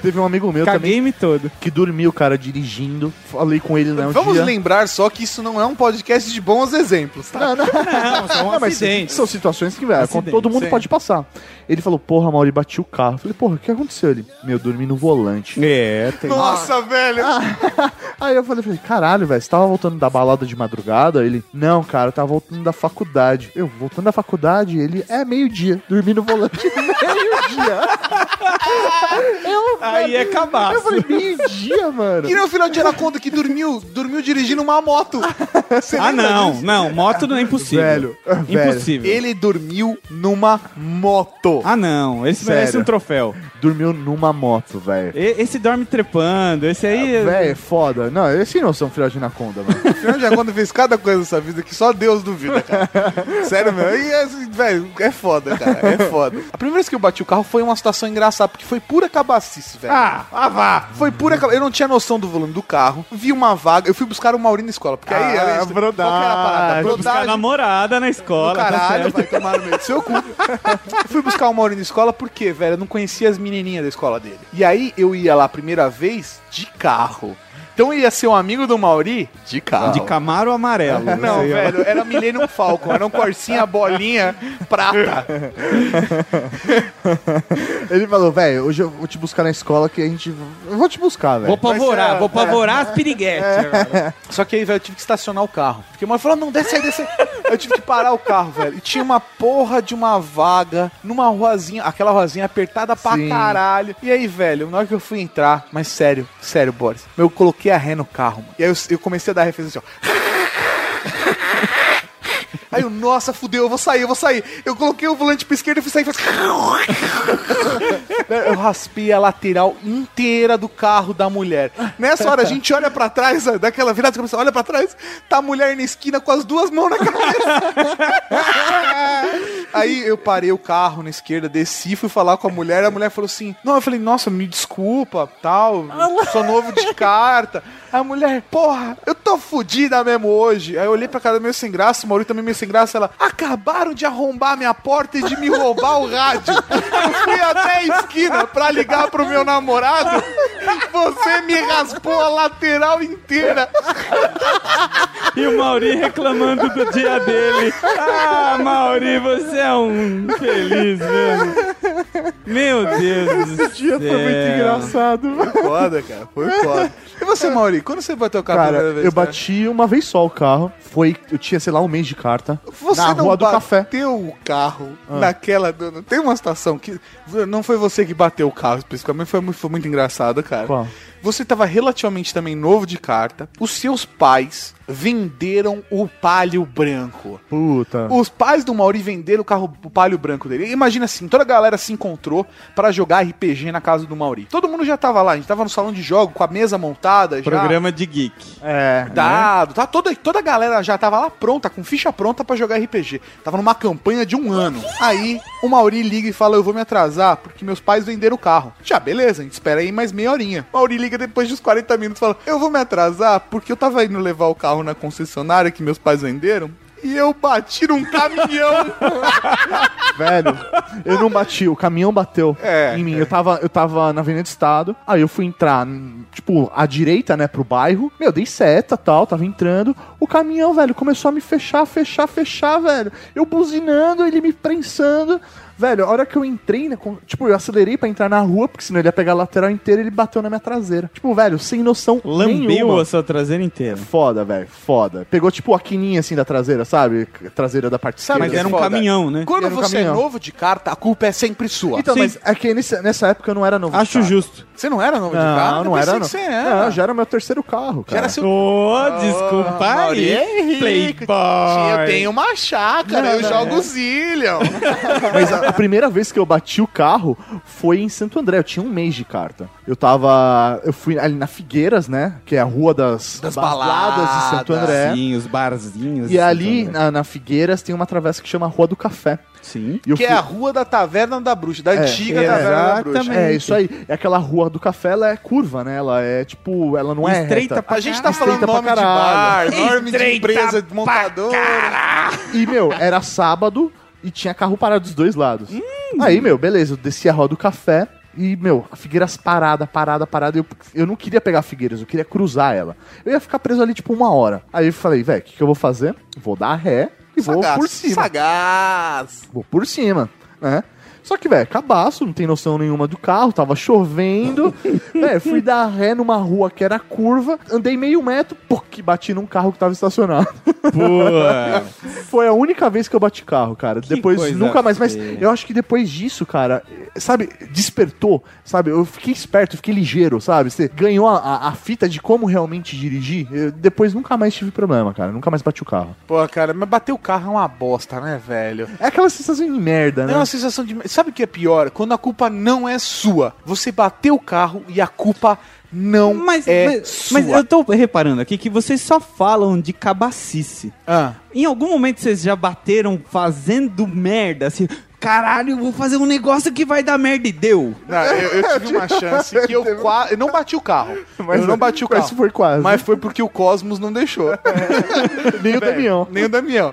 S4: Teve um amigo meu também
S3: Caguei-me todo.
S4: que dormiu, cara, dirigindo. Falei com ele lá um
S1: Vamos
S4: dia.
S1: lembrar só que isso não é um podcast de bons exemplos, tá?
S3: Não, só um
S4: Não, mas
S3: acidente.
S4: são situações que velho,
S3: Acidente,
S4: todo mundo
S3: sim.
S4: pode passar. Ele falou, porra, Mauri, bati o carro. Eu falei, porra, o que aconteceu? Ele, meu, dormi no volante.
S3: É, tem.
S1: Nossa, velho!
S4: Aí eu falei, falei, caralho, velho, você tava voltando da balada de madrugada? Ele, não, cara, eu tava voltando da faculdade. Eu, voltando da faculdade, ele, é meio-dia, dormi no volante. meio-dia. Eu,
S3: Aí é cabaço.
S4: eu falei, meio-dia, mano.
S1: E no final de era conta que dormiu, dormiu dirigindo uma moto. Você
S3: Ah,
S1: lembra
S3: não,
S1: disso?
S3: não, moto não é impossível.
S4: Velho, velho.
S3: Impossível.
S1: Ele dormiu numa moto.
S3: Ah, não, esse merece
S4: Sério.
S3: um troféu.
S4: Dormiu numa moto, velho.
S3: E- Esse dorme trepando, esse aí.
S4: Velho, é foda. Não, esse não são filhos de anaconda, mano.
S1: Afinal de contas, fez cada coisa nessa vida que só Deus duvida, cara. Sério, meu. E, é, assim, velho, é foda, cara. É foda. A primeira vez que eu bati o carro foi uma situação engraçada, porque foi pura cabacice, velho.
S4: ah, ah, vá.
S1: Foi pura caba- Eu não tinha noção do volume do carro. Vi uma vaga. Eu fui buscar o Maurinho na escola. Porque aí...
S4: Ah,
S1: era isso. Qual que era a parada?
S4: brodagem.
S3: Foi buscar a
S1: Brodagem.
S3: namorada na
S1: Do
S3: escola. tá
S1: caralho,
S3: certo.
S1: vai tomar no meio do seu cu. Eu fui buscar o Maurinho na escola porque, velho, eu não conhecia as menininhas da escola dele. E aí eu ia lá a primeira vez de carro. Então eu ia ser um amigo do Mauri de carro.
S3: De Camaro amarelo.
S1: Não,
S3: Você ia-
S1: velho, era Millennium Falcon, era um corsinha bolinha prata.
S4: Ele falou, velho, hoje eu vou te buscar na escola que a gente. Eu vou te buscar,
S3: Vou
S4: velho.
S3: pavorar, vou pavorar as piriguetes.
S1: É. Só que aí, velho, eu tive que estacionar o carro. Porque o mãe falou, não, desce aí, desce aí. Eu tive que parar o carro, velho. E tinha uma porra de uma vaga numa ruazinha, aquela ruazinha apertada pra
S4: Sim.
S1: caralho. E aí, velho, na hora que eu fui entrar, mas sério, sério, Boris, eu coloquei a ré no carro, mano. E aí eu, eu comecei a dar referência assim, ó. Aí eu, nossa, fudeu, eu vou sair, eu vou sair. Eu coloquei o volante pra esquerda e fui assim, sair. Fui... Né, Eu raspei a lateral inteira do carro da mulher. Nessa hora a gente olha pra trás, ó, daquela virada, começa, olha pra trás, tá a mulher na esquina com as duas mãos na cabeça. Aí eu parei o carro na esquerda, desci, fui falar com a mulher, a mulher falou assim: Não, eu falei, nossa, me desculpa, tal, sou novo de carta. Aí a mulher, porra, eu tô fudida mesmo hoje. Aí eu olhei pra cara meio sem graça, o Maurício também meio sem graça, ela, acabaram de arrombar minha porta e de me roubar o rádio. Eu fui até a esquina pra ligar pro meu namorado, você me raspou a lateral inteira.
S3: E o Mauri reclamando do dia dele. Ah, Mauri, você é um feliz mesmo. Meu Deus do
S4: Esse dia foi muito engraçado, velho.
S1: Foda, cara, foi foda. E você, Mauri, quando você bateu o carro a
S4: Cara,
S1: primeira vez? né?
S4: eu
S1: cara?
S4: bati uma vez só o carro. Foi. Eu tinha, sei lá, um mês de carta.
S1: Você
S4: na
S1: não
S4: rua do
S1: bateu
S4: café. Ah.
S1: o carro naquela. do- Tem uma situação que. Não foi você que bateu o carro especificamente, foi, mu- foi muito engraçado, cara.
S4: Qual?
S1: Você tava relativamente também novo de carta. Os seus pais venderam o palio branco.
S4: Puta.
S1: Os pais do Mauri venderam o carro o palio branco dele. Imagina assim, toda a galera se encontrou pra jogar RPG na casa do Mauri. Todo mundo já tava lá, a gente tava no salão de jogo com a mesa montada já.
S3: Programa de geek.
S4: É.
S1: Dado, tá toda, toda a galera já tava lá pronta, com ficha pronta pra jogar RPG. Tava numa campanha de um ano. Aí o Mauri liga e fala: Eu vou me atrasar porque meus pais venderam o carro. Já, beleza, a gente espera aí mais meia horinha. O Mauri liga depois dos 40 minutos e fala: Eu vou me atrasar porque eu tava indo levar o carro na concessionária que meus pais venderam.
S11: e eu bati num caminhão.
S4: Velho, eu não bati, o caminhão bateu
S11: É,
S4: em mim.
S11: é.
S4: Eu, tava, eu tava na Avenida do Estado, aí eu fui entrar, hum, tipo, à direita, né, pro bairro. Meu, dei seta tal, tava entrando. O caminhão, velho, começou a me fechar, fechar, fechar, velho. Eu buzinando, ele me prensando. Velho, a hora que eu entrei, né, com- tipo, eu acelerei pra entrar na rua, porque senão ele ia pegar a lateral inteira e ele bateu na minha traseira. Tipo, velho, sem noção
S3: Lambeu
S4: nenhuma.
S3: a sua traseira inteira.
S4: Foda, velho, foda. Pegou tipo a quininha assim da traseira, sabe? Traseira da parte
S1: Sabe,
S3: Mas
S4: esquerda.
S3: era um
S1: foda.
S3: caminhão, né?
S1: Quando
S4: Era um
S1: você
S4: caminhão.
S1: é novo de carta, a culpa é sempre sua.
S4: Então,
S3: Sim.
S4: mas é que nesse- nessa época eu não era novo. de
S3: Acho
S4: carro.
S3: justo.
S1: Você não era novo de
S4: Não,
S1: carta?
S4: não
S1: Eu pensei
S4: era.
S1: que
S4: Não.
S1: Você
S4: Não,
S1: era.
S4: já era meu terceiro carro,
S1: Já
S4: cara.
S1: era seu...
S3: Ô, desculpa aí,
S1: Ah, Mauri é rico.
S3: Playboy.
S1: Eu tenho uma chácara, eu jogo Zillion.
S4: é. Mas a, a primeira vez que eu bati o carro foi em Santo André. Eu tinha um mês de carta. Eu tava. Eu fui ali na Figueiras, né? Que é a rua das,
S1: Das
S4: de Santo
S1: baladas,
S4: André.
S3: Sim, os barzinhos.
S4: E ali,
S3: Né?
S4: na, na Figueiras, tem uma travessa que chama Rua do Café.
S3: Sim.
S4: E eu
S1: que é
S4: fui-
S1: a rua da Taverna da Bruxa, da
S4: É,
S1: antiga
S3: é,
S1: Taverna da Bruxa.
S3: exatamente.
S4: É, isso aí. É aquela rua do café, ela é curva, né? Ela é tipo, ela não é
S3: Estreita
S4: reta.
S3: pra
S1: A gente tá falando
S4: Estreita
S1: nome
S4: pra
S1: de bar,
S4: caralho.
S1: nome de empresa, de montador.
S4: E, meu, era sábado e tinha carro parado dos dois lados. Aí, meu, beleza, eu desci a roda do café e, meu, a Figueiras parada, parada, parada. Eu, eu não queria pegar a Figueiras, eu queria cruzar ela. Eu ia ficar preso ali, tipo, uma hora. Aí eu falei, velho, o que, que eu vou fazer? Vou dar ré e vou por cima.
S1: Sagaz.
S4: Vou por cima, né? Só que, velho, cabaço, não tem noção nenhuma do carro, tava chovendo. velho, fui dar ré numa rua que era curva, andei meio metro, porque bati num carro que tava estacionado.
S3: Pô.
S4: Foi a única vez que eu bati carro, cara. depois
S3: coisa
S4: nunca mais. Mas
S3: feia.
S4: eu acho que depois disso, cara, sabe, despertou, sabe? Eu fiquei esperto, eu fiquei ligeiro, sabe? Você ganhou a, a- a fita de como realmente dirigir. Eu depois nunca mais tive problema, cara. Nunca mais bati o carro.
S1: Pô, cara, mas bater o carro é uma bosta, né, velho?
S4: É aquela sensação de merda, né?
S1: É uma sensação de. Sabe o que é pior? Quando a culpa não é sua. Você bateu o carro e a culpa não
S3: Mas,
S1: é
S3: mas,
S1: sua.
S3: mas eu tô reparando aqui que vocês só falam de cabacice.
S1: Ah.
S3: Em algum momento vocês já bateram fazendo merda, assim, caralho, eu vou fazer um negócio que vai dar merda e deu.
S1: Não, eu, eu tive uma chance que eu quase. Eu não bati o carro. eu não bati o
S4: mas
S1: carro.
S4: foi quase.
S1: Mas foi porque o Cosmos não deixou.
S4: Nem o Damião.
S1: Nem o Damião.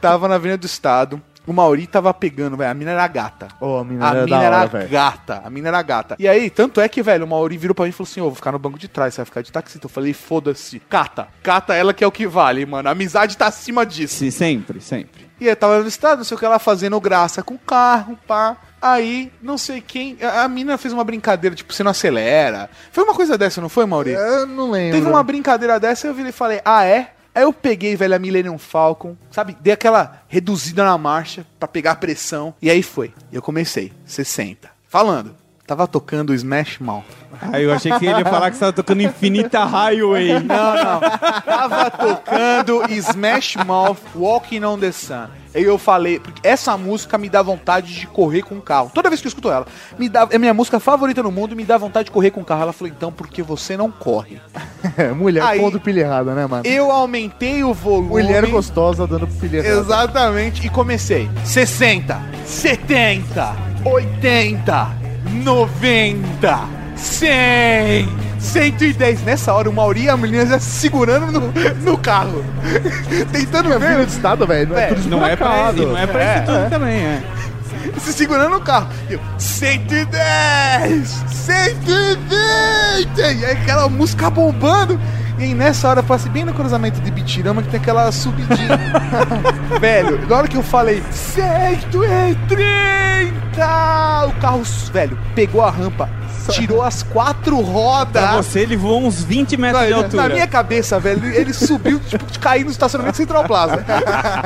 S1: tava na Avenida do Estado. O Mauri tava pegando, velho. A mina era gata.
S4: Ô, a mina
S1: A
S4: era
S1: mina
S4: da
S1: era
S4: hora, velho.
S1: gata. A mina era gata. E aí, tanto é que, velho, o Mauri virou pra mim e falou assim: Ô, vou ficar no banco de trás, você vai ficar de taxista. Eu falei: foda-se. Cata. Cata ela que é o que vale, mano. A amizade tá acima disso.
S3: Sim, sempre, sempre.
S1: E aí tava no estado, não sei o que, ela fazendo graça com o carro, pá. Aí, não sei quem. A, a mina fez uma brincadeira, tipo, você não acelera. Foi uma coisa dessa, não foi, Mauri?
S4: Eu não lembro.
S1: Teve uma brincadeira dessa, eu virei e falei, ah, é? Aí eu peguei, velho, a Millennium Falcon, sabe? Dei aquela reduzida na marcha pra pegar a pressão. E aí foi. E eu comecei, 60. Falando. Tava tocando o Smash Mouth.
S3: Aí Ah, eu achei que ele ia falar que você tava tocando Infinita Highway.
S1: Não, não. Tava tocando Smash Mouth Walking on the Sun. E eu falei, porque essa música me dá vontade de correr com o carro. Toda vez que eu escuto ela, me dá, é minha música favorita no mundo, me dá vontade de correr com o carro. Ela falou, então, por que você não corre?
S4: Mulher
S1: Aí-
S4: pondo pilha errada, né, mano?
S1: Eu aumentei o volume.
S4: Mulher gostosa dando pilha errada.
S1: Exatamente. E comecei. 60, 70, 80, 90, 100, 110. Nessa hora, o Mauri e a menina já se segurando no, no carro. Tentando
S4: Minha
S1: ver,
S4: vida de estado, velho. Não é,
S1: É,
S4: tudo
S3: Não é pra
S4: esburacado.
S3: esse, não é pra
S1: É.
S3: esse tudo também, é.
S1: se segurando no carro. E eu, 110, 120. E aí, aquela música bombando. E aí, nessa hora, eu passei bem no cruzamento de Bitirama, que tem aquela subidinha. velho, na hora que eu falei 130, o carro, velho, pegou a rampa, tirou as quatro
S3: Pra
S1: rodas.
S3: você ele voou uns 20 metros de
S1: Na-
S3: altura.
S1: Na minha cabeça, velho, ele subiu, tipo, de cair no estacionamento Central Plaza.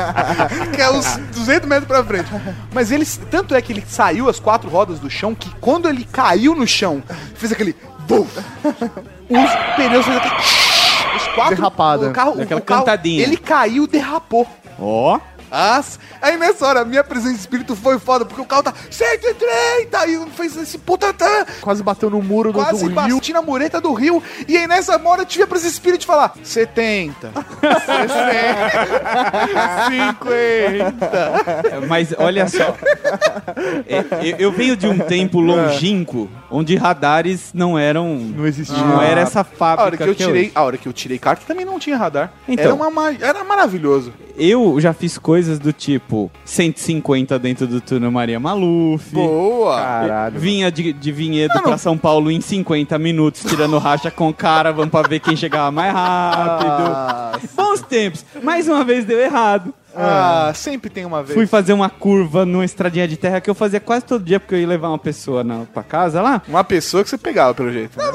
S1: que é uns 200 metros pra frente. Mas ele, tanto é que ele saiu as quatro rodas do chão, que quando ele caiu no chão, fez aquele... Bum, os pneus fez aquele... Os quatro...
S4: Derrapada.
S1: O carro, o-
S3: Aquela
S1: o carro,
S3: cantadinha.
S1: Ele caiu, derrapou.
S3: Ó,
S1: As... Aí nessa hora, minha presença de espírito foi foda, porque o carro tá 130 e fez esse puta. tá.
S4: Quase bateu no muro do,
S1: Quase
S4: do rio.
S1: bati na mureta do rio. E aí nessa hora eu tive a presença de espírito de falar 70, 50.
S3: Mas olha só. É, eu, eu venho de um tempo longínquo onde radares não eram. Não
S4: existiam.
S3: Não era essa
S1: A hora
S3: fábrica
S1: que eu
S3: é
S1: tirei,
S3: hoje.
S1: a hora que eu tirei carta também não tinha radar.
S3: Então.
S1: Era uma ma- era maravilhoso.
S3: Eu já fiz coisas do tipo 150 dentro do túnel Maria Maluf.
S1: Boa.
S4: Caralho.
S3: Vinha de, de Vinhedo pra São Paulo em 50 minutos, tirando racha com o cara, vamos pra ver quem chegava mais rápido. Bons tempos. Mais uma vez deu errado.
S1: Ah, sempre tem uma vez.
S3: Fui fazer uma curva numa estradinha de terra que eu fazia quase todo dia, porque eu ia levar uma pessoa na, pra casa lá.
S1: Uma pessoa que você pegava, pelo jeito. né?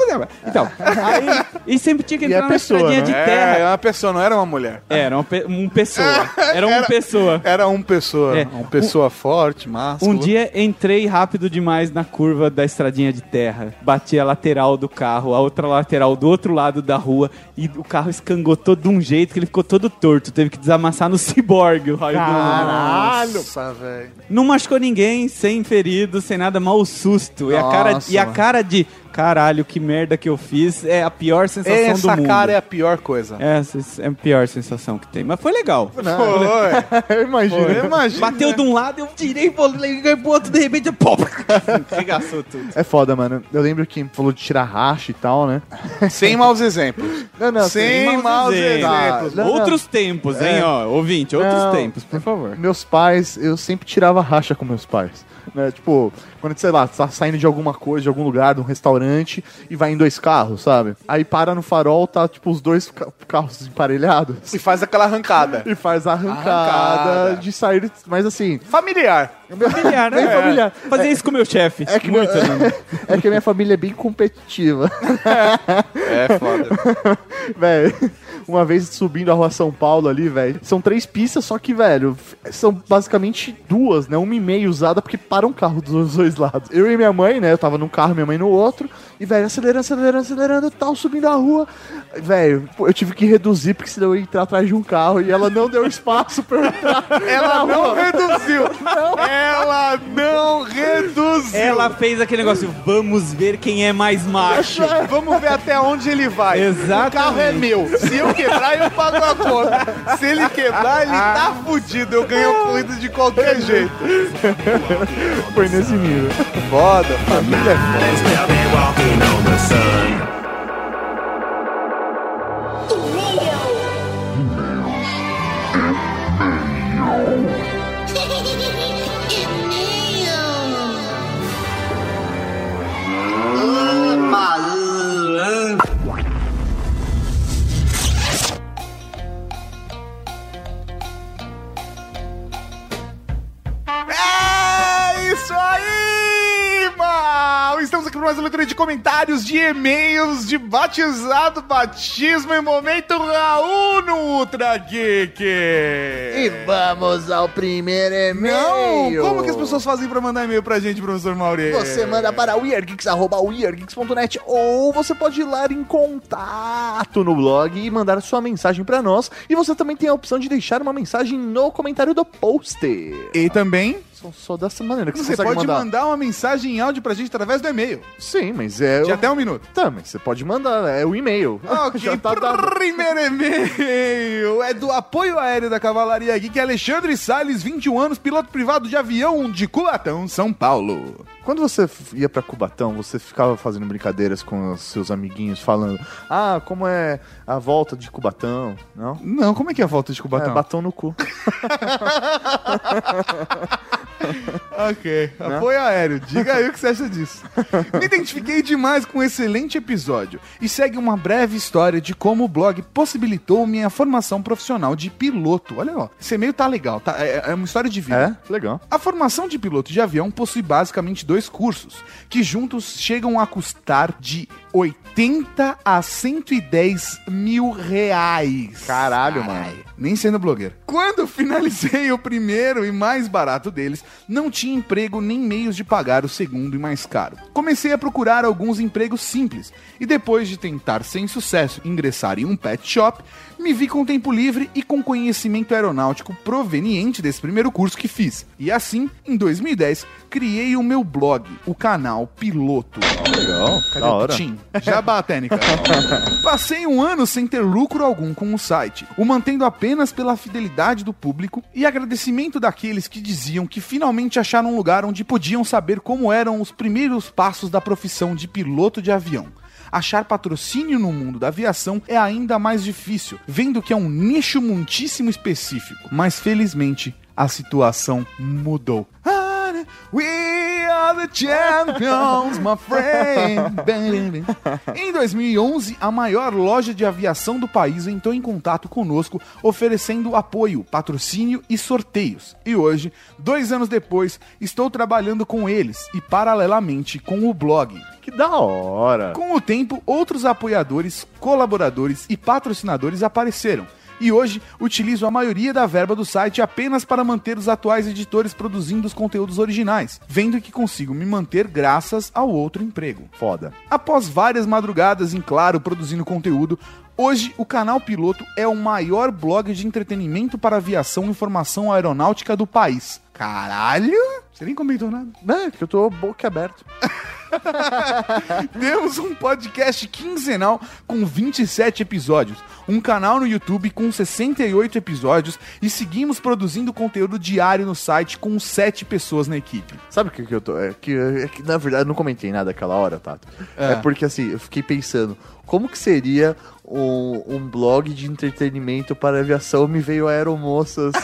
S3: Então, aí, e sempre tinha que
S4: E é
S3: entrar numa
S4: pessoa,
S3: estradinha
S4: né?
S3: de
S1: É,
S3: terra.
S1: era uma pessoa, não era uma mulher.
S3: Era uma, pe- um pessoa. Era uma
S1: Era-
S3: pessoa.
S1: Era uma pessoa.
S3: É.
S1: Uma pessoa forte, massa.
S3: Um dia entrei rápido demais na curva da estradinha de terra. Bati a lateral do carro, a outra lateral do outro lado da rua e o carro escangotou de um jeito que ele ficou todo torto. Teve que desamassar no ciborgue o raio do-
S1: Nossa, velho.
S3: Não machucou ninguém, sem ferido, sem nada, mal o susto. E a, cara,
S1: Nossa,
S3: e a
S1: mano.
S3: cara de caralho, que merda que eu fiz é a pior sensação
S1: Essa
S3: do mundo.
S1: cara é a pior coisa.
S3: Essa é a pior sensação que tem. Mas foi legal.
S1: Foi.
S4: Eu imagino.
S1: né? Eu imagino.
S3: Bateu de um lado, eu tirei, volei pro outro, de repente, pop! Regaçou tudo.
S4: É foda, mano. Eu lembro que falou de tirar racha e tal, né?
S1: Sem maus exemplos.
S4: Não, não,
S1: Sem maus exemplos.
S4: Não, não.
S3: outros tempos, hein, ó, ouvinte, outros
S4: Não.
S3: tempos, por favor.
S4: Meus pais, eu sempre tirava racha com meus pais. Né? Tipo, quando, sei lá, tá saindo de alguma coisa, de algum lugar, de um restaurante, e vai em dois carros, sabe? Aí para no farol, tá, tipo, os dois ca- carros emparelhados.
S1: E faz aquela arrancada.
S4: E faz a arrancada,
S1: Arrancada.
S4: de sair. Mas assim,
S1: Familiar.
S3: Familiar, né?
S4: Bem familiar.
S3: Fazer isso com meu chefe.
S4: é que,
S3: Muito, né?
S4: é que a minha família é bem competitiva.
S1: É foda.
S4: velho. Uma vez subindo a rua São Paulo ali, velho. São três pistas, só que, velho, f- são basicamente duas, né? Uma e meia usada, porque para um carro dos dois lados. Eu e minha mãe, né? Eu tava num carro, minha mãe no outro. E, velho, acelerando, acelerando, acelerando, tal, subindo a rua. Velho, pô, eu tive que reduzir, porque senão eu ia entrar atrás de um carro. E ela não deu espaço pra eu entrar.
S1: Ela não reduziu. Ela não reduziu.
S3: Ela fez aquele negócio, vamos ver quem é mais macho.
S1: Vamos ver até onde ele vai.
S3: Exatamente.
S1: O carro é meu. Se eu quebrar, eu pago a conta. Se ele quebrar, ele
S3: Ah.
S1: tá fudido. Eu ganho a corrida de qualquer jeito.
S4: Foi nesse nível.
S1: Foda, família. É isso aí, mal! Estamos aqui para mais uma leitura de comentários, de e-mails, de batizado, batismo e momento Raul no Ultra Geek!
S2: E vamos ao primeiro
S1: Não!
S2: e-mail.
S1: Como que as pessoas fazem para mandar e-mail pra gente, professor Mauri?
S2: Você manda para weirdgeeks.net
S4: ou você pode ir lá em contato no blog e mandar sua mensagem pra nós. E você também tem a opção de deixar uma mensagem no comentário do poster.
S1: E também,
S4: Só, só dessa maneira que você,
S1: você
S4: consegue
S1: pode mandar.
S4: mandar.
S1: uma mensagem em áudio pra gente através do e-mail.
S4: Sim, mas é.
S1: De
S4: o-
S1: até um minuto.
S4: Tá, mas você pode mandar, é o e-mail.
S1: Ah, Ok,
S4: Já tá dado.
S1: primeiro e-mail é do apoio aéreo da Cavalaria Geek, Alexandre Salles, 21 anos, piloto privado de avião de Cubatão, São Paulo.
S4: Quando você f- ia pra Cubatão, você ficava fazendo brincadeiras com os seus amiguinhos, falando: Ah, como é a volta de Cubatão? Não?
S1: Não, como é que é a volta de
S4: É,
S1: Cubatão?
S4: batão no cu.
S1: ok, apoio aéreo, diga aí o que você acha disso. Me identifiquei demais com um excelente episódio e segue uma breve história de como o blog possibilitou minha formação profissional de piloto. Olha, ó, esse e-mail tá legal, tá? É, é uma história de vida.
S4: É? Legal.
S1: A formação de piloto de avião possui basicamente dois cursos, que juntos chegam a custar de 80 a 110 mil reais.
S4: Caralho, mano.
S1: Nem sendo blogueiro. Quando finalizei o primeiro e mais barato deles, não tinha emprego nem meios de pagar o segundo e mais caro. Comecei a procurar alguns empregos simples e depois de tentar sem sucesso ingressar em um pet shop, me vi com tempo livre e com conhecimento aeronáutico proveniente desse primeiro curso que fiz. E assim, em 2010, criei o meu blog, o canal Piloto.
S4: Legal.
S1: Cadê o Tim? Jabá, Técnica. Passei um ano sem ter lucro algum com o site, o mantendo apenas pela fidelidade do público e agradecimento daqueles que diziam que finalmente acharam um lugar onde podiam saber como eram os primeiros passos da profissão de piloto de avião achar patrocínio no mundo da aviação é ainda mais difícil, vendo que é um nicho muitíssimo específico. Mas felizmente a situação mudou. Ah! We are the champions, my friend. Em 2011, a maior loja de aviação do país entrou em contato conosco, oferecendo apoio, patrocínio e sorteios. E hoje, dois anos depois, estou trabalhando com eles e paralelamente com o blog.
S4: Que da hora!
S1: Com o tempo, outros apoiadores, colaboradores e patrocinadores apareceram e hoje utilizo a maioria da verba do site apenas para manter os atuais editores produzindo os conteúdos originais, vendo que consigo me manter graças ao outro emprego.
S4: Foda.
S1: Após várias madrugadas em claro produzindo conteúdo, Hoje, o canal Piloto é o maior blog de entretenimento para aviação e informação aeronáutica do país. Caralho! Você nem comentou nada.
S4: É, que eu tô boca aberto.
S1: Temos um podcast quinzenal com 27 episódios, um canal no YouTube com 68 episódios e seguimos produzindo conteúdo diário no site com 7 pessoas na equipe.
S4: Sabe o que, que eu tô. É que, é que, na verdade eu não comentei nada aquela hora, Tato. É. é porque assim, eu fiquei pensando, como que seria um, um, blog de entretenimento para aviação? Me veio aeromoças.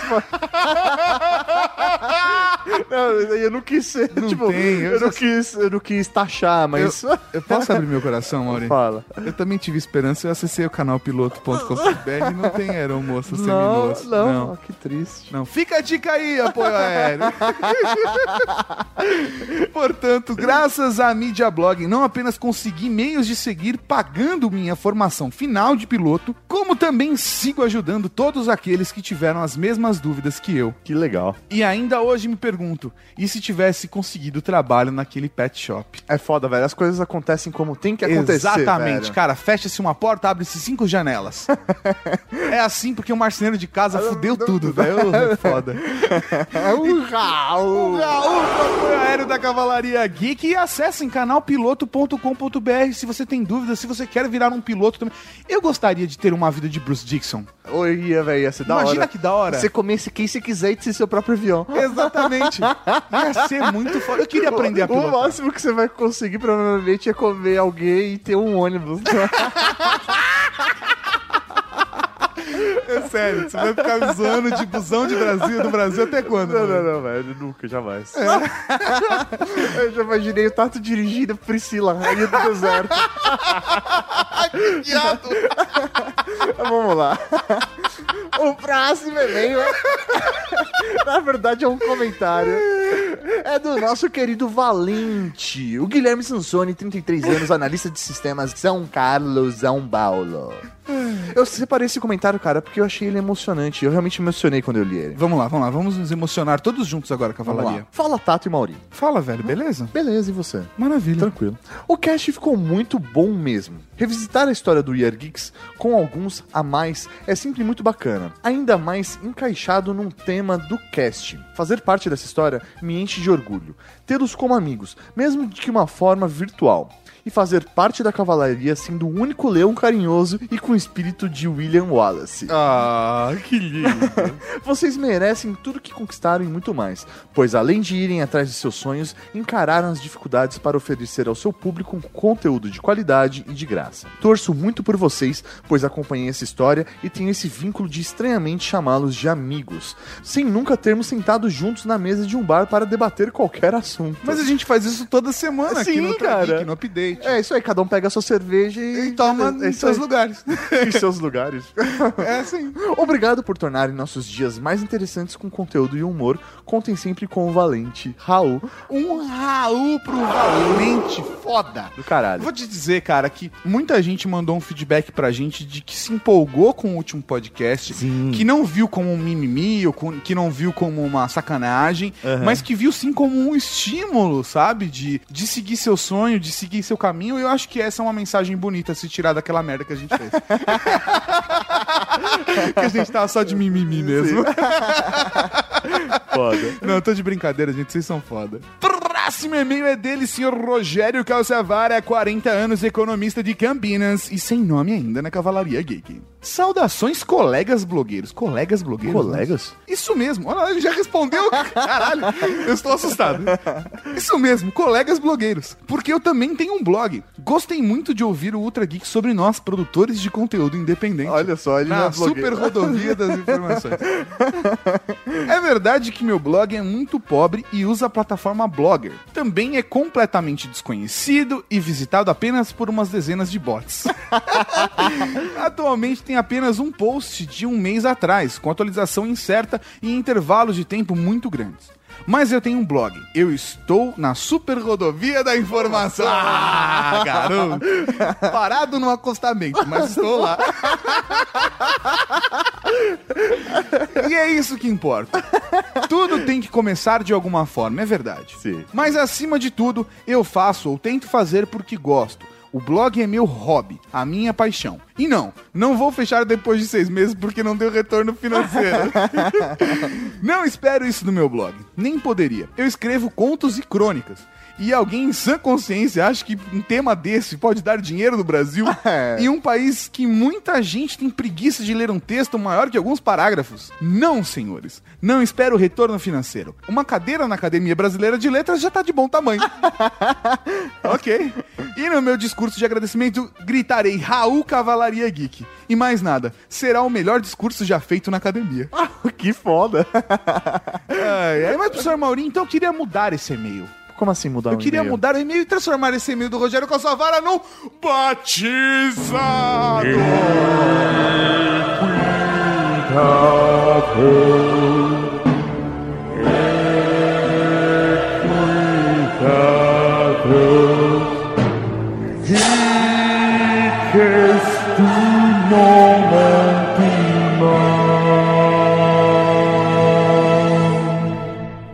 S4: não, eu não quis ser.
S1: Não
S4: tipo,
S1: tem,
S4: eu, não quis, eu não quis taxar, mas.
S1: Eu, eu posso abrir meu coração, Mauri?
S4: Fala.
S1: Eu também tive esperança, eu acessei o canal piloto.com.br e não tem aeromoças sem
S4: não, não, não, que triste.
S1: Não, fica a dica aí, apoio aéreo. Portanto, graças à mídia blog, não apenas consegui meios de seguir pagando minha formação final de piloto, como também sigo ajudando todos aqueles que tiveram as mesmas dúvidas que eu.
S4: Que legal.
S1: E ainda hoje me pergunto, e se tivesse conseguido trabalho naquele pet shop?
S4: É foda, velho. As coisas acontecem como tem que acontecer.
S1: Exatamente,
S4: velho.
S1: cara. Fecha-se uma porta, abre-se cinco janelas. é assim porque o marceneiro de casa fudeu tudo,
S4: né?
S1: velho. É foda. É um
S4: Urra! Urra!
S1: Urra! Aéreo da Cavalaria Geek e acessem canalpiloto.com.br se você tem dúvidas se você quer virar um piloto também. Eu gostaria de ter uma vida de Bruce Dixon.
S4: Oi, velho, ia ser é da
S1: Imagina
S4: hora.
S1: que da hora.
S4: Você comesse quem você quiser e ter seu próprio avião.
S1: Exatamente. ia ser muito foda. Eu queria aprender a
S4: O, o
S1: pilotar.
S4: máximo que você vai conseguir provavelmente é comer alguém e ter um ônibus.
S1: É sério, você vai ficar me zoando de busão de Brasil, do Brasil até quando?
S4: Não, não,
S1: mano? É,
S4: não, velho. Nunca, jamais. Eu já imaginei o Tato dirigindo Priscila, rainha do deserto.
S1: Que viado.
S4: Vamos lá. O próximo e-mail. é- Na verdade, é um comentário. É do nosso querido Valente. O Guilherme Sansoni, 33 anos, analista de sistemas São Carlos, São Paulo. Eu separei esse comentário, cara, porque eu achei ele emocionante. Eu realmente me emocionei quando eu li ele.
S1: Vamos lá, vamos lá. Vamos nos emocionar todos juntos agora,
S4: Vamos
S1: Cavalaria.
S4: lá. Fala, Tato e Mauri.
S1: Fala, velho, beleza?
S4: Beleza, e você?
S1: Maravilha.
S4: Tranquilo. O cast ficou muito bom mesmo. Revisitar a história do Year Geeks com alguns a mais é sempre muito bacana. Ainda mais encaixado num tema do cast. Fazer parte dessa história me enche de orgulho. Tê-los como amigos, mesmo de uma forma virtual. E fazer parte da cavalaria sendo o único leão carinhoso e com o espírito de William Wallace.
S1: Ah, que lindo.
S4: Vocês merecem tudo que conquistaram e muito mais, pois além de irem atrás de seus sonhos, encararam as dificuldades para oferecer ao seu público um conteúdo de qualidade e de graça. Torço muito por vocês, pois acompanhei essa história e tenho esse vínculo de estranhamente chamá-los de amigos, sem nunca termos sentado juntos na mesa de um bar para debater qualquer assunto.
S1: Mas a gente faz isso toda semana aqui
S4: Sim,
S1: no Ultra
S4: cara.
S1: Geek, no Update.
S4: É isso aí, cada um pega a sua cerveja e,
S1: E toma
S4: é
S1: nos
S4: isso aí.
S1: seus lugares.
S4: em seus seus lugares.
S1: É sim.
S4: Obrigado por tornarem nossos dias mais interessantes com conteúdo e humor. Contem sempre com o Valente Raul.
S1: Um Raul pro Valente, foda.
S4: Do caralho.
S1: Vou te dizer, cara, que muita gente mandou um feedback pra gente de que se empolgou com o último podcast,
S4: Sim.
S1: que não viu como um mimimi, ou com- que não viu como uma sacanagem, mas que viu sim como um estímulo, sabe? De, de seguir seu sonho, de seguir seu caminho. E eu acho que essa é uma mensagem bonita a se tirar daquela merda que a gente fez. que a gente tava só de mimimi mesmo.
S4: Foda.
S1: Não, eu tô de brincadeira, gente. Vocês são foda. Próximo e-mail é dele, senhor Rogério Calçavara, 40 anos, economista de Campinas e sem nome ainda na Cavalaria Geek. Saudações, colegas blogueiros. Colegas blogueiros? né?
S4: Colegas?
S1: Isso mesmo. Olha lá, ele já respondeu. Caralho, eu estou assustado. Isso mesmo, colegas blogueiros. Porque eu também tenho um blog. Gostei muito de ouvir o Ultra Geek sobre nós, produtores de conteúdo independente.
S4: Olha só, ele não é
S1: Na
S4: blogueiro.
S1: Ah, super rodovia das informações. É verdade que meu blog é muito pobre e usa a plataforma Blogger. Também é completamente desconhecido e visitado apenas por umas dezenas de bots. Atualmente tem apenas um post de um mês atrás, com atualização incerta e intervalos de tempo muito grandes. Mas eu tenho um blog. Eu estou na super rodovia da informação. Ah, garoto! Parado no acostamento, mas estou lá. E é isso que importa. Tudo tem que começar de alguma forma, é verdade.
S4: Sim.
S1: Mas acima de tudo, eu faço ou tento fazer porque gosto. O blog é meu hobby, a minha paixão. E não, não vou fechar depois de seis meses porque não deu retorno financeiro. não espero isso do meu blog. Nem poderia. Eu escrevo contos e crônicas. E alguém em sã consciência acha que um tema desse pode dar dinheiro no Brasil? E um país que muita gente tem preguiça de ler um texto maior que alguns parágrafos? Não, senhores. Não espero retorno financeiro. Uma cadeira na Academia Brasileira de Letras já tá de bom tamanho. ok. E no meu discurso de agradecimento, gritarei Raul Cavalaria Geek. E mais nada, será o melhor discurso já feito na academia.
S4: Ah, que foda.
S1: Ai, ai, mas, professor Maurinho, então eu queria mudar esse e-mail.
S4: Como assim mudar
S1: Eu queria mudar o e-mail e transformar esse e-mail do Rogério Calçavara num batizado.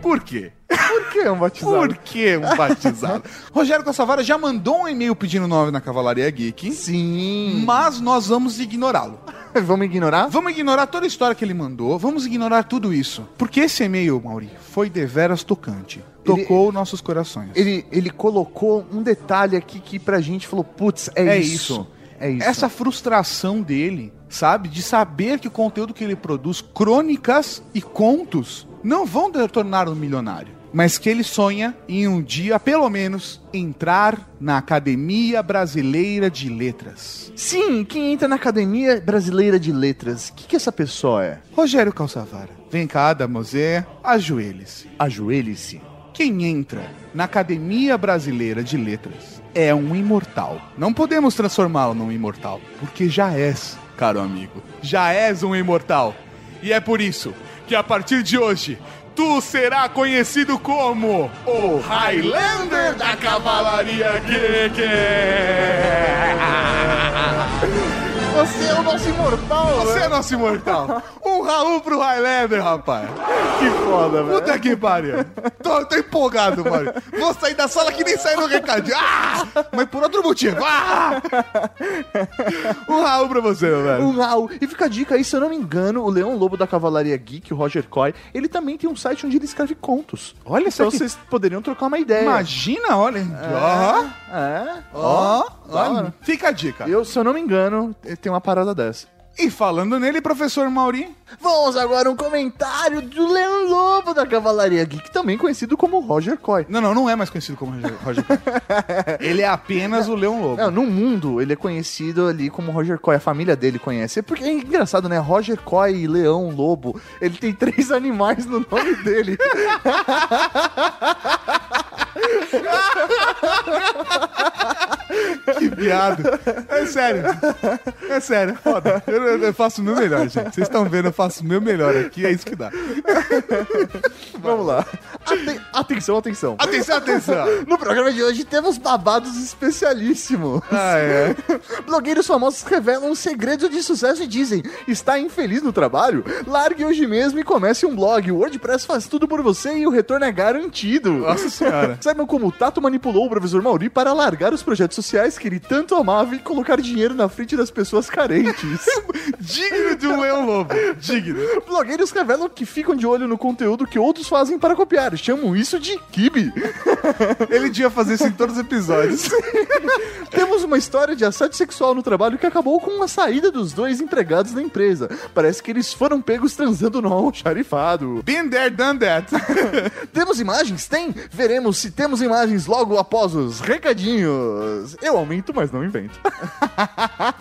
S1: Por quê?
S4: Por que é um batizado?
S1: Por que um batizado? Rogério Calçavara já mandou um e-mail pedindo nome na Cavalaria Geek,
S4: Sim.
S1: mas nós vamos ignorá-lo.
S4: Vamos ignorar?
S1: Vamos ignorar toda a história que ele mandou, vamos ignorar tudo isso. Porque esse e-mail, Mauri, foi deveras tocante. Tocou nossos corações.
S4: Ele, ele colocou um detalhe aqui que pra gente falou, putz, é,
S1: É
S4: isso.
S1: isso.
S4: É isso.
S1: Essa frustração dele, sabe? De saber que o conteúdo que ele produz, crônicas e contos, não vão tornar um milionário. Mas que ele sonha em um dia, pelo menos, entrar na Academia Brasileira de Letras.
S4: Sim, quem entra na Academia Brasileira de Letras, o que, que essa pessoa é?
S1: Rogério Calçavara, vem cá, Damosé, ajoelhe-se.
S4: Ajoelhe-se.
S1: Quem entra na Academia Brasileira de Letras é um imortal. Não podemos transformá-lo num imortal, porque já és, caro amigo. Já és um imortal. E é por isso que a partir de hoje, tu será conhecido como o Highlander da Cavalaria Geek.
S4: Você é o nosso imortal, né?
S1: Você é nosso imortal. Um Raul pro Highlander, rapaz.
S4: Que foda, velho.
S1: Puta que pariu. Tô, tô empolgado, mano. Vou sair da sala que nem saiu no recadinho. Ah! Mas por outro motivo. Ah! Um Raul pra você, meu velho.
S4: Um Raul. E fica a dica aí, se eu não me engano, o Leão Lobo da Cavalaria Geek, o Roger Coy, ele também tem um site onde ele escreve contos. Olha só,
S1: só que-
S4: vocês poderiam trocar uma ideia.
S1: Imagina, olha. Ó,
S4: É.
S1: ó,
S4: da
S1: ó.
S4: hora.
S1: Fica a dica.
S4: Eu, se eu não me engano, eh, tem uma parada dessa.
S1: E falando nele, professor Mauri,
S4: Vamos agora um comentário do Leão Lobo da Cavalaria Geek, também conhecido como Roger Coy.
S1: não, não, não é mais conhecido como Roger, Roger Coy. Ele é apenas o Leão Lobo.
S4: Não, no mundo ele é conhecido ali como Roger Coy, a família dele conhece. É porque é engraçado, né? Roger Coy, leão, lobo. Ele tem três animais no nome dele.
S1: Que Viado. É sério. É sério, é foda. Eu, eu- eu faço o meu melhor, gente. Vocês estão vendo, eu faço o meu melhor aqui, é isso que dá.
S4: Vamos lá. Aten- atenção, atenção.
S1: Atenção, atenção.
S4: No programa de hoje temos babados especialíssimos.
S1: Ah, é.
S4: Blogueiros famosos revelam um segredo de sucesso e dizem: está infeliz no trabalho? Largue hoje mesmo e comece um blog. O WordPress faz tudo por você e o retorno é garantido.
S1: Nossa senhora.
S4: Saibam como o Tato manipulou o professor Mauri para largar os projetos sociais que ele tanto amava e colocar dinheiro na frente das pessoas carentes.
S1: Digno de um leão lobo. Digno.
S4: Blogueiros revelam que ficam de olho no conteúdo que outros fazem para copiar. Chamam isso de kibe.
S1: Ele devia fazer isso em todos os episódios.
S4: Temos uma história de assédio sexual no trabalho que acabou com a saída dos dois empregados da empresa. Parece que eles foram pegos transando no alxarifado.
S1: Been there, done that.
S4: Temos imagens? Tem? Veremos se temos imagens logo após os recadinhos. Eu aumento, mas não invento.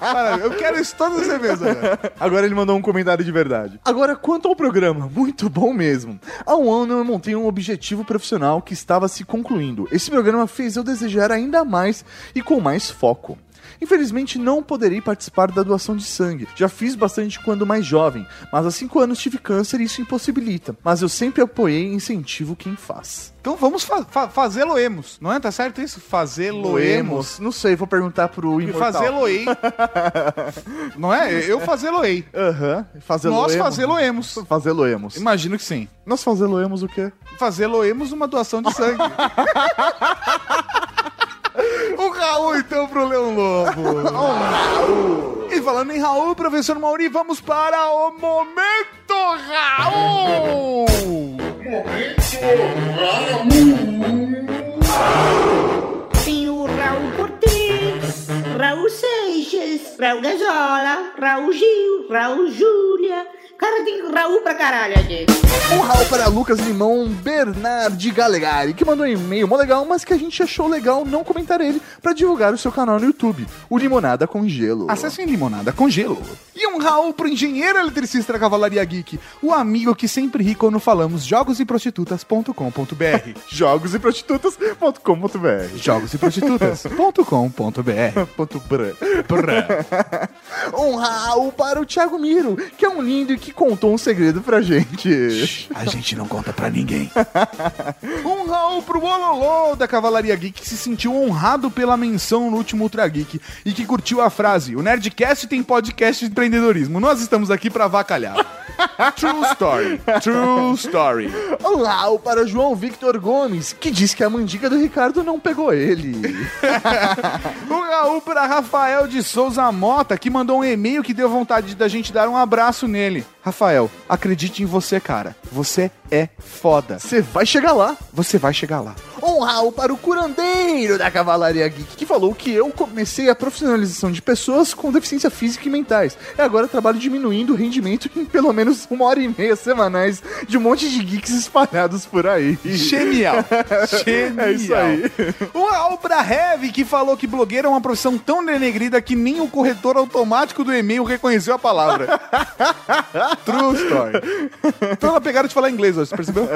S1: Maravilha. Eu quero isso todas as vezes agora.
S4: Agora ele mandou um comentário de verdade. Agora, quanto ao programa, muito bom mesmo. Há um ano eu montei um objetivo profissional que estava se concluindo. Esse programa fez eu desejar ainda mais e com mais foco. Infelizmente não poderei participar da doação de sangue. Já fiz bastante quando mais jovem, mas há 5 anos tive câncer e isso impossibilita. Mas eu sempre apoiei e incentivo quem faz.
S1: Então vamos fa fa fazê-lo-emos. Não é? Tá certo isso? Fazê-lo-emos.
S4: Não sei, vou perguntar pro
S1: E
S4: Imortal.
S1: fazê-lo-ei. Não é? Eu fazê-lo-ei.
S4: Aham. Fazê-lo
S1: Nós
S4: emo.
S1: fazê-lo-emos.
S4: Fazê-lo-emos.
S1: Imagino que sim.
S4: Nós fazê-lo-emos o quê?
S1: Fazê-lo-emos uma doação de sangue. o Raul, então, pro Leão Lobo. E falando em Raul, professor Mauri, vamos para o Momento Raul!
S12: Tem o Raul Cortez, Raul Seixas, Raul Gazola, Raul Gil, Raul Júlia. Cara, tem Raul pra caralho aqui.
S4: Um rau para Lucas Limão Bernardi Galegari, que mandou um e-mail mó legal, mas que a gente achou legal não comentar ele pra divulgar o seu canal no YouTube, o Limonada com Gelo.
S1: Acesso em limonada com gelo. E um Raul pro engenheiro eletricista da Cavalaria Geek, o amigo que sempre ri quando falamos jogos e prostitutas.com.br.
S4: Jogos e prostitutas.com.br.
S1: jogos e prostitutas.com.br.
S4: Ponto bran. Um rau para o Thiago Miro, que é um lindo e que contou um segredo pra gente.
S1: A gente não conta pra ninguém. um Raul pro Ololô da Cavalaria Geek que se sentiu honrado pela menção no último Ultra Geek e que curtiu a frase: O Nerdcast tem podcast de empreendedorismo. Nós estamos aqui pra avacalhar. True story. True story.
S4: Um rau para o João Victor Gomes, que diz que a mandiga do Ricardo não pegou ele.
S1: Um Raul pra Rafael de Souza Mota que mandou um e-mail que deu vontade da gente dar um abraço nele. Rafael, acredite em você, cara. Você é foda.
S4: Você vai chegar lá.
S1: Você vai chegar lá.
S4: Um rau para o curandeiro da Cavalaria Geek, que falou que eu comecei a profissionalização de pessoas com deficiência física e mentais. E agora trabalho diminuindo o rendimento em pelo menos uma hora e meia semanais de um monte de geeks espalhados por aí.
S1: Genial. Genial.
S4: É isso aí.
S1: O Albra Heavy, que falou que blogueiro é uma profissão tão denegrida que nem o corretor automático do e-mail reconheceu a palavra. True story. Então ela pegaram de falar inglês hoje, você percebeu?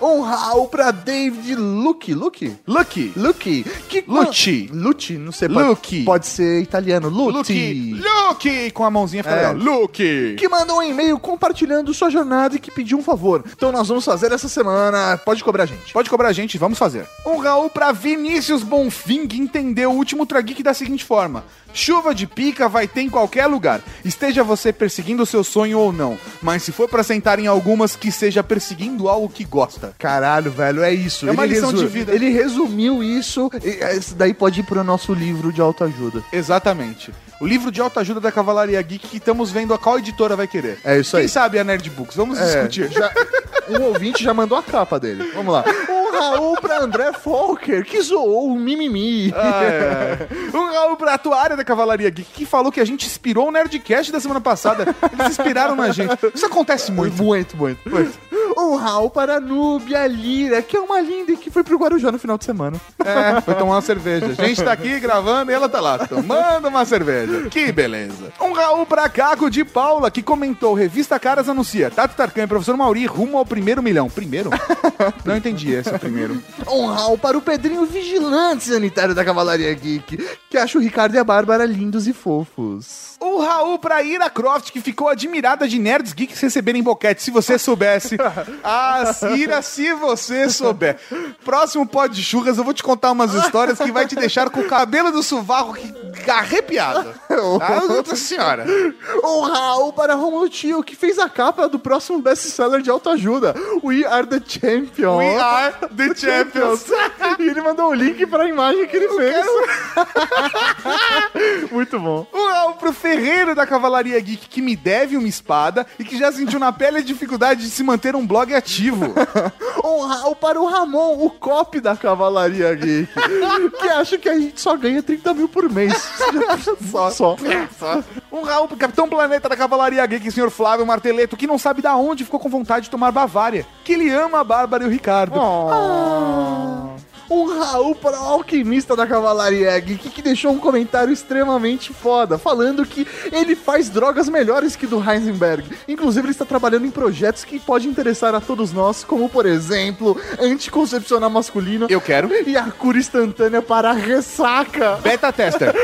S4: Um rau para David Luke. Luke?
S1: Lucky.
S4: Luke. Que
S1: Lucci.
S4: Luke, não sei. pode-
S1: Luke.
S4: Pode ser italiano.
S1: Lucky.
S4: Luke.
S1: Lucky. Com a mãozinha fica
S4: É.
S1: legal. Lucky.
S4: que mandou um e-mail compartilhando sua jornada e que pediu um favor. Então nós vamos fazer essa semana. Pode cobrar a gente.
S1: Pode cobrar a gente, vamos fazer. Um Raul pra Vinícius Bonfim, que entendeu o último Trageek da seguinte forma: chuva de pica vai ter em qualquer lugar, esteja você perseguindo o seu sonho ou não, mas se for pra sentar em algumas, que seja perseguindo algo que gosta.
S4: Caralho, velho, é isso.
S1: É uma lição de vida.
S4: Ele resumiu isso. e- Isso daí pode ir pro nosso livro de autoajuda.
S1: Exatamente. O livro de autoajuda da Cavalaria Geek que estamos vendo a qual editora vai querer.
S4: É isso aí. É.
S1: Quem sabe a Nerd Books? Vamos discutir.
S4: já- um ouvinte já mandou a capa dele. Vamos lá. Um Raul pra André Falker, que zoou o mimimi. é.
S1: Um Raul pra atuária da Cavalaria Geek que falou que a gente inspirou o Nerdcast da semana passada. Eles inspiraram na gente. Isso acontece muito.
S4: Muito, muito, muito. Um Raul para a Núbia Lira, que é uma linda e que foi pro Guarujá no final de semana.
S1: É, foi tomar uma cerveja. A gente tá aqui gravando e ela tá lá tomando uma cerveja. Que beleza. Um Raul pra Caco de Paula, que comentou: Revista Caras anuncia Tato Tarkan e Professor Mauri rumo ao primeiro milhão. Primeiro? Não entendi esse primeiro.
S2: Um Raul para o Pedrinho Vigilante Sanitário da Cavalaria Geek, que acha o Ricardo e a Bárbara lindos e fofos.
S1: Um Raul pra Ira Croft, que ficou admirada de nerds geeks receberem boquete. Se você soubesse. Ah, Ira, se você souber. Próximo pod de churras, eu vou te contar umas histórias que vai te deixar com o cabelo do sovaco que- arrepiado. Tá? Nossa senhora.
S4: Um Raul para Romulo Tio, que fez a capa do próximo best-seller de autoajuda, We Are The Champions.
S1: We are the champions.
S4: e ele mandou o link para a imagem que ele fez. Muito bom.
S1: Um Raul pro Ferreiro da Cavalaria Geek, que me deve uma espada e que já sentiu na pele a dificuldade de se manter um blog ativo.
S4: Um Raul para o Ramon, o cop da Cavalaria Geek, que acha que a gente só ganha 30 mil por mês. só. só.
S1: Um Raul pro Capitão Planeta da Cavalaria Geek, senhor Flávio Marteleto, que não sabe da onde ficou com vontade de tomar Bavária, que ele ama a Bárbara e o Ricardo.
S4: Um Raul para o alquimista da Cavalaria Geek, que deixou um comentário extremamente foda, falando que ele faz drogas melhores que do Heisenberg. Inclusive, ele está trabalhando em projetos que podem interessar a todos nós, como, por exemplo, anticoncepcional masculino.
S1: Eu quero.
S4: E a cura instantânea para a ressaca.
S1: Beta tester.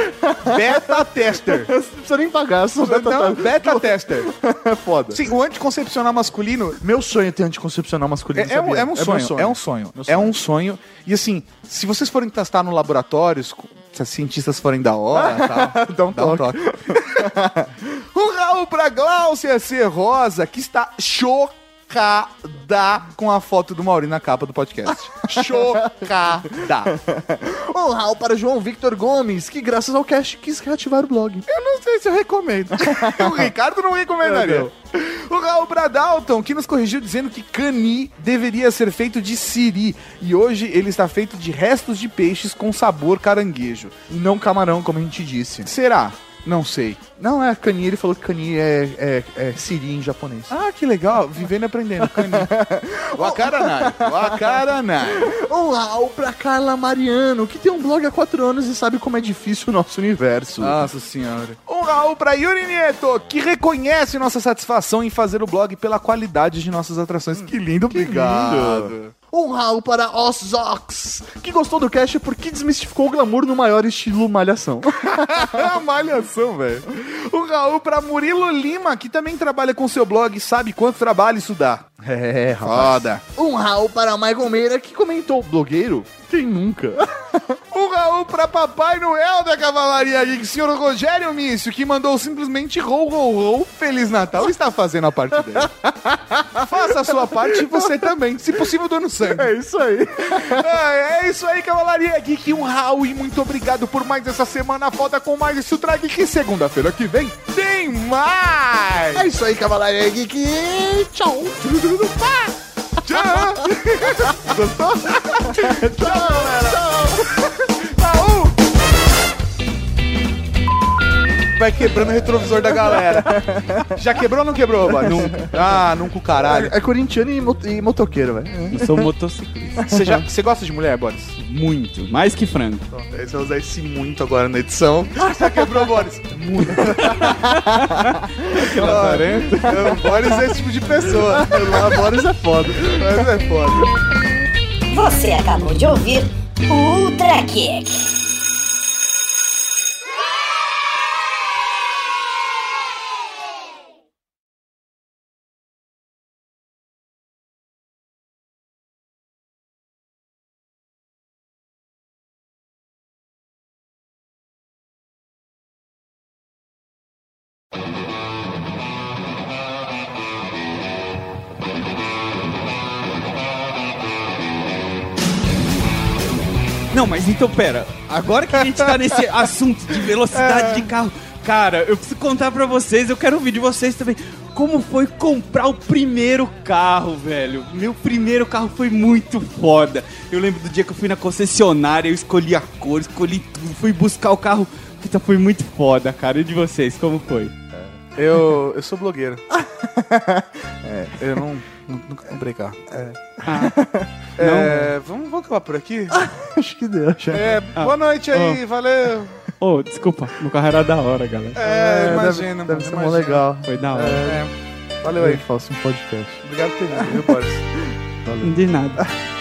S1: Beta tester.
S4: Você não precisa nem pagar, só beta
S1: Não, beta tester.
S4: É foda.
S1: Sim, o anticoncepcional masculino
S4: Meu sonho é ter anticoncepcional masculino.
S1: É, é um,
S4: sabia?
S1: é um
S4: meu
S1: sonho, é um sonho.
S4: Meu
S1: É um sonho. E assim, se vocês forem testar no laboratório, se se os cientistas forem da hora, tal,
S4: Dá um
S1: dá um toque. um Raul pra Glaucia C. Rosa, que está chocada com a foto do Mauri na capa do podcast. chocada.
S4: Um Raul para João Victor Gomes, que graças ao cast quis reativar o blog.
S1: Eu não sei se eu recomendo. o Ricardo não recomendaria. O Raul Bradalton, que nos corrigiu dizendo que cani deveria ser feito de siri. E hoje ele está feito de restos de peixes com sabor caranguejo.
S4: E não camarão, como a gente disse.
S1: Será? Não sei.
S4: Não, é cani, ele falou que cani é, é, é siri em japonês.
S1: Ah, que legal. Vivendo e aprendendo. Cani. Wakaranai. Wakaranai.
S4: Um Raul para Carla Mariano, que tem um blog há quatro anos e sabe como é difícil o nosso universo.
S1: Nossa senhora. Um Raul pra Yuri Nieto, que reconhece nossa satisfação em fazer o blog pela qualidade de nossas atrações. Hum, Que lindo, obrigado.
S4: Um Raul para Ozox, que gostou do cast porque desmistificou o glamour no maior estilo malhação.
S1: É malhação, velho. O Um Raul pra Murilo Lima, que também trabalha com seu blog, sabe quanto trabalho isso dá. É, roda.
S2: Um Raul para Michael Meira que comentou.
S4: Blogueiro? Quem nunca?
S1: O Um Raul pra Papai Noel da Cavalaria Geek, senhor Rogério Mício, que mandou simplesmente rou, rou, rou, Feliz Natal, está fazendo a parte dele. Faça a sua parte e você também, se possível, dono sangue.
S4: É isso aí.
S1: É, é isso aí, Cavalaria Geek, um Raul e muito obrigado por mais essa semana foda com mais esse Ultra Geek. Segunda-feira que vem tem mais!
S2: É isso aí, Cavalaria Geek. Tchau.
S1: Tchau! Gostou? Tchau, galera! Vai quebrando o retrovisor da galera. Já quebrou ou não quebrou, Bob? Nunca. Ah, nunca o caralho.
S4: É corintiano e, mo- e motoqueiro, velho.
S3: Eu sou motociclista.
S1: Você, já, você gosta de mulher, Boris?
S3: Muito. Mais que frango.
S4: É,
S1: Você vai usar esse muito agora na edição. Já quebrou, Boris? Muito. Não, Boris é esse tipo de pessoa. Boris é foda. Boris é foda.
S13: Você acabou de ouvir o Ultra Kick.
S3: Não, mas então pera. Agora que a gente tá nesse assunto de
S1: É.
S3: velocidade de carro, cara, eu preciso contar pra vocês, eu quero ouvir de vocês também. Como foi comprar o primeiro carro, velho? Meu primeiro carro foi muito foda. Eu lembro do dia que eu fui na concessionária, eu escolhi a cor, escolhi tudo, fui buscar o carro. Puta, foi muito foda, cara. E de vocês, como foi?
S1: Eu, eu sou blogueiro. É, eu não, nu- nunca comprei carro. É, vamos, vamos acabar por aqui?
S4: Acho que deu. já.
S1: É, boa noite aí, valeu.
S3: Ô, desculpa, meu carro era da hora, galera.
S1: É,
S4: deve-
S1: imagino.
S4: Deve ser mó
S1: imagino.
S4: legal.
S3: Foi da hora.
S1: É, valeu aí.
S4: Faço um podcast.
S1: Obrigado por ter vindo, viu, Boris?
S3: De nada.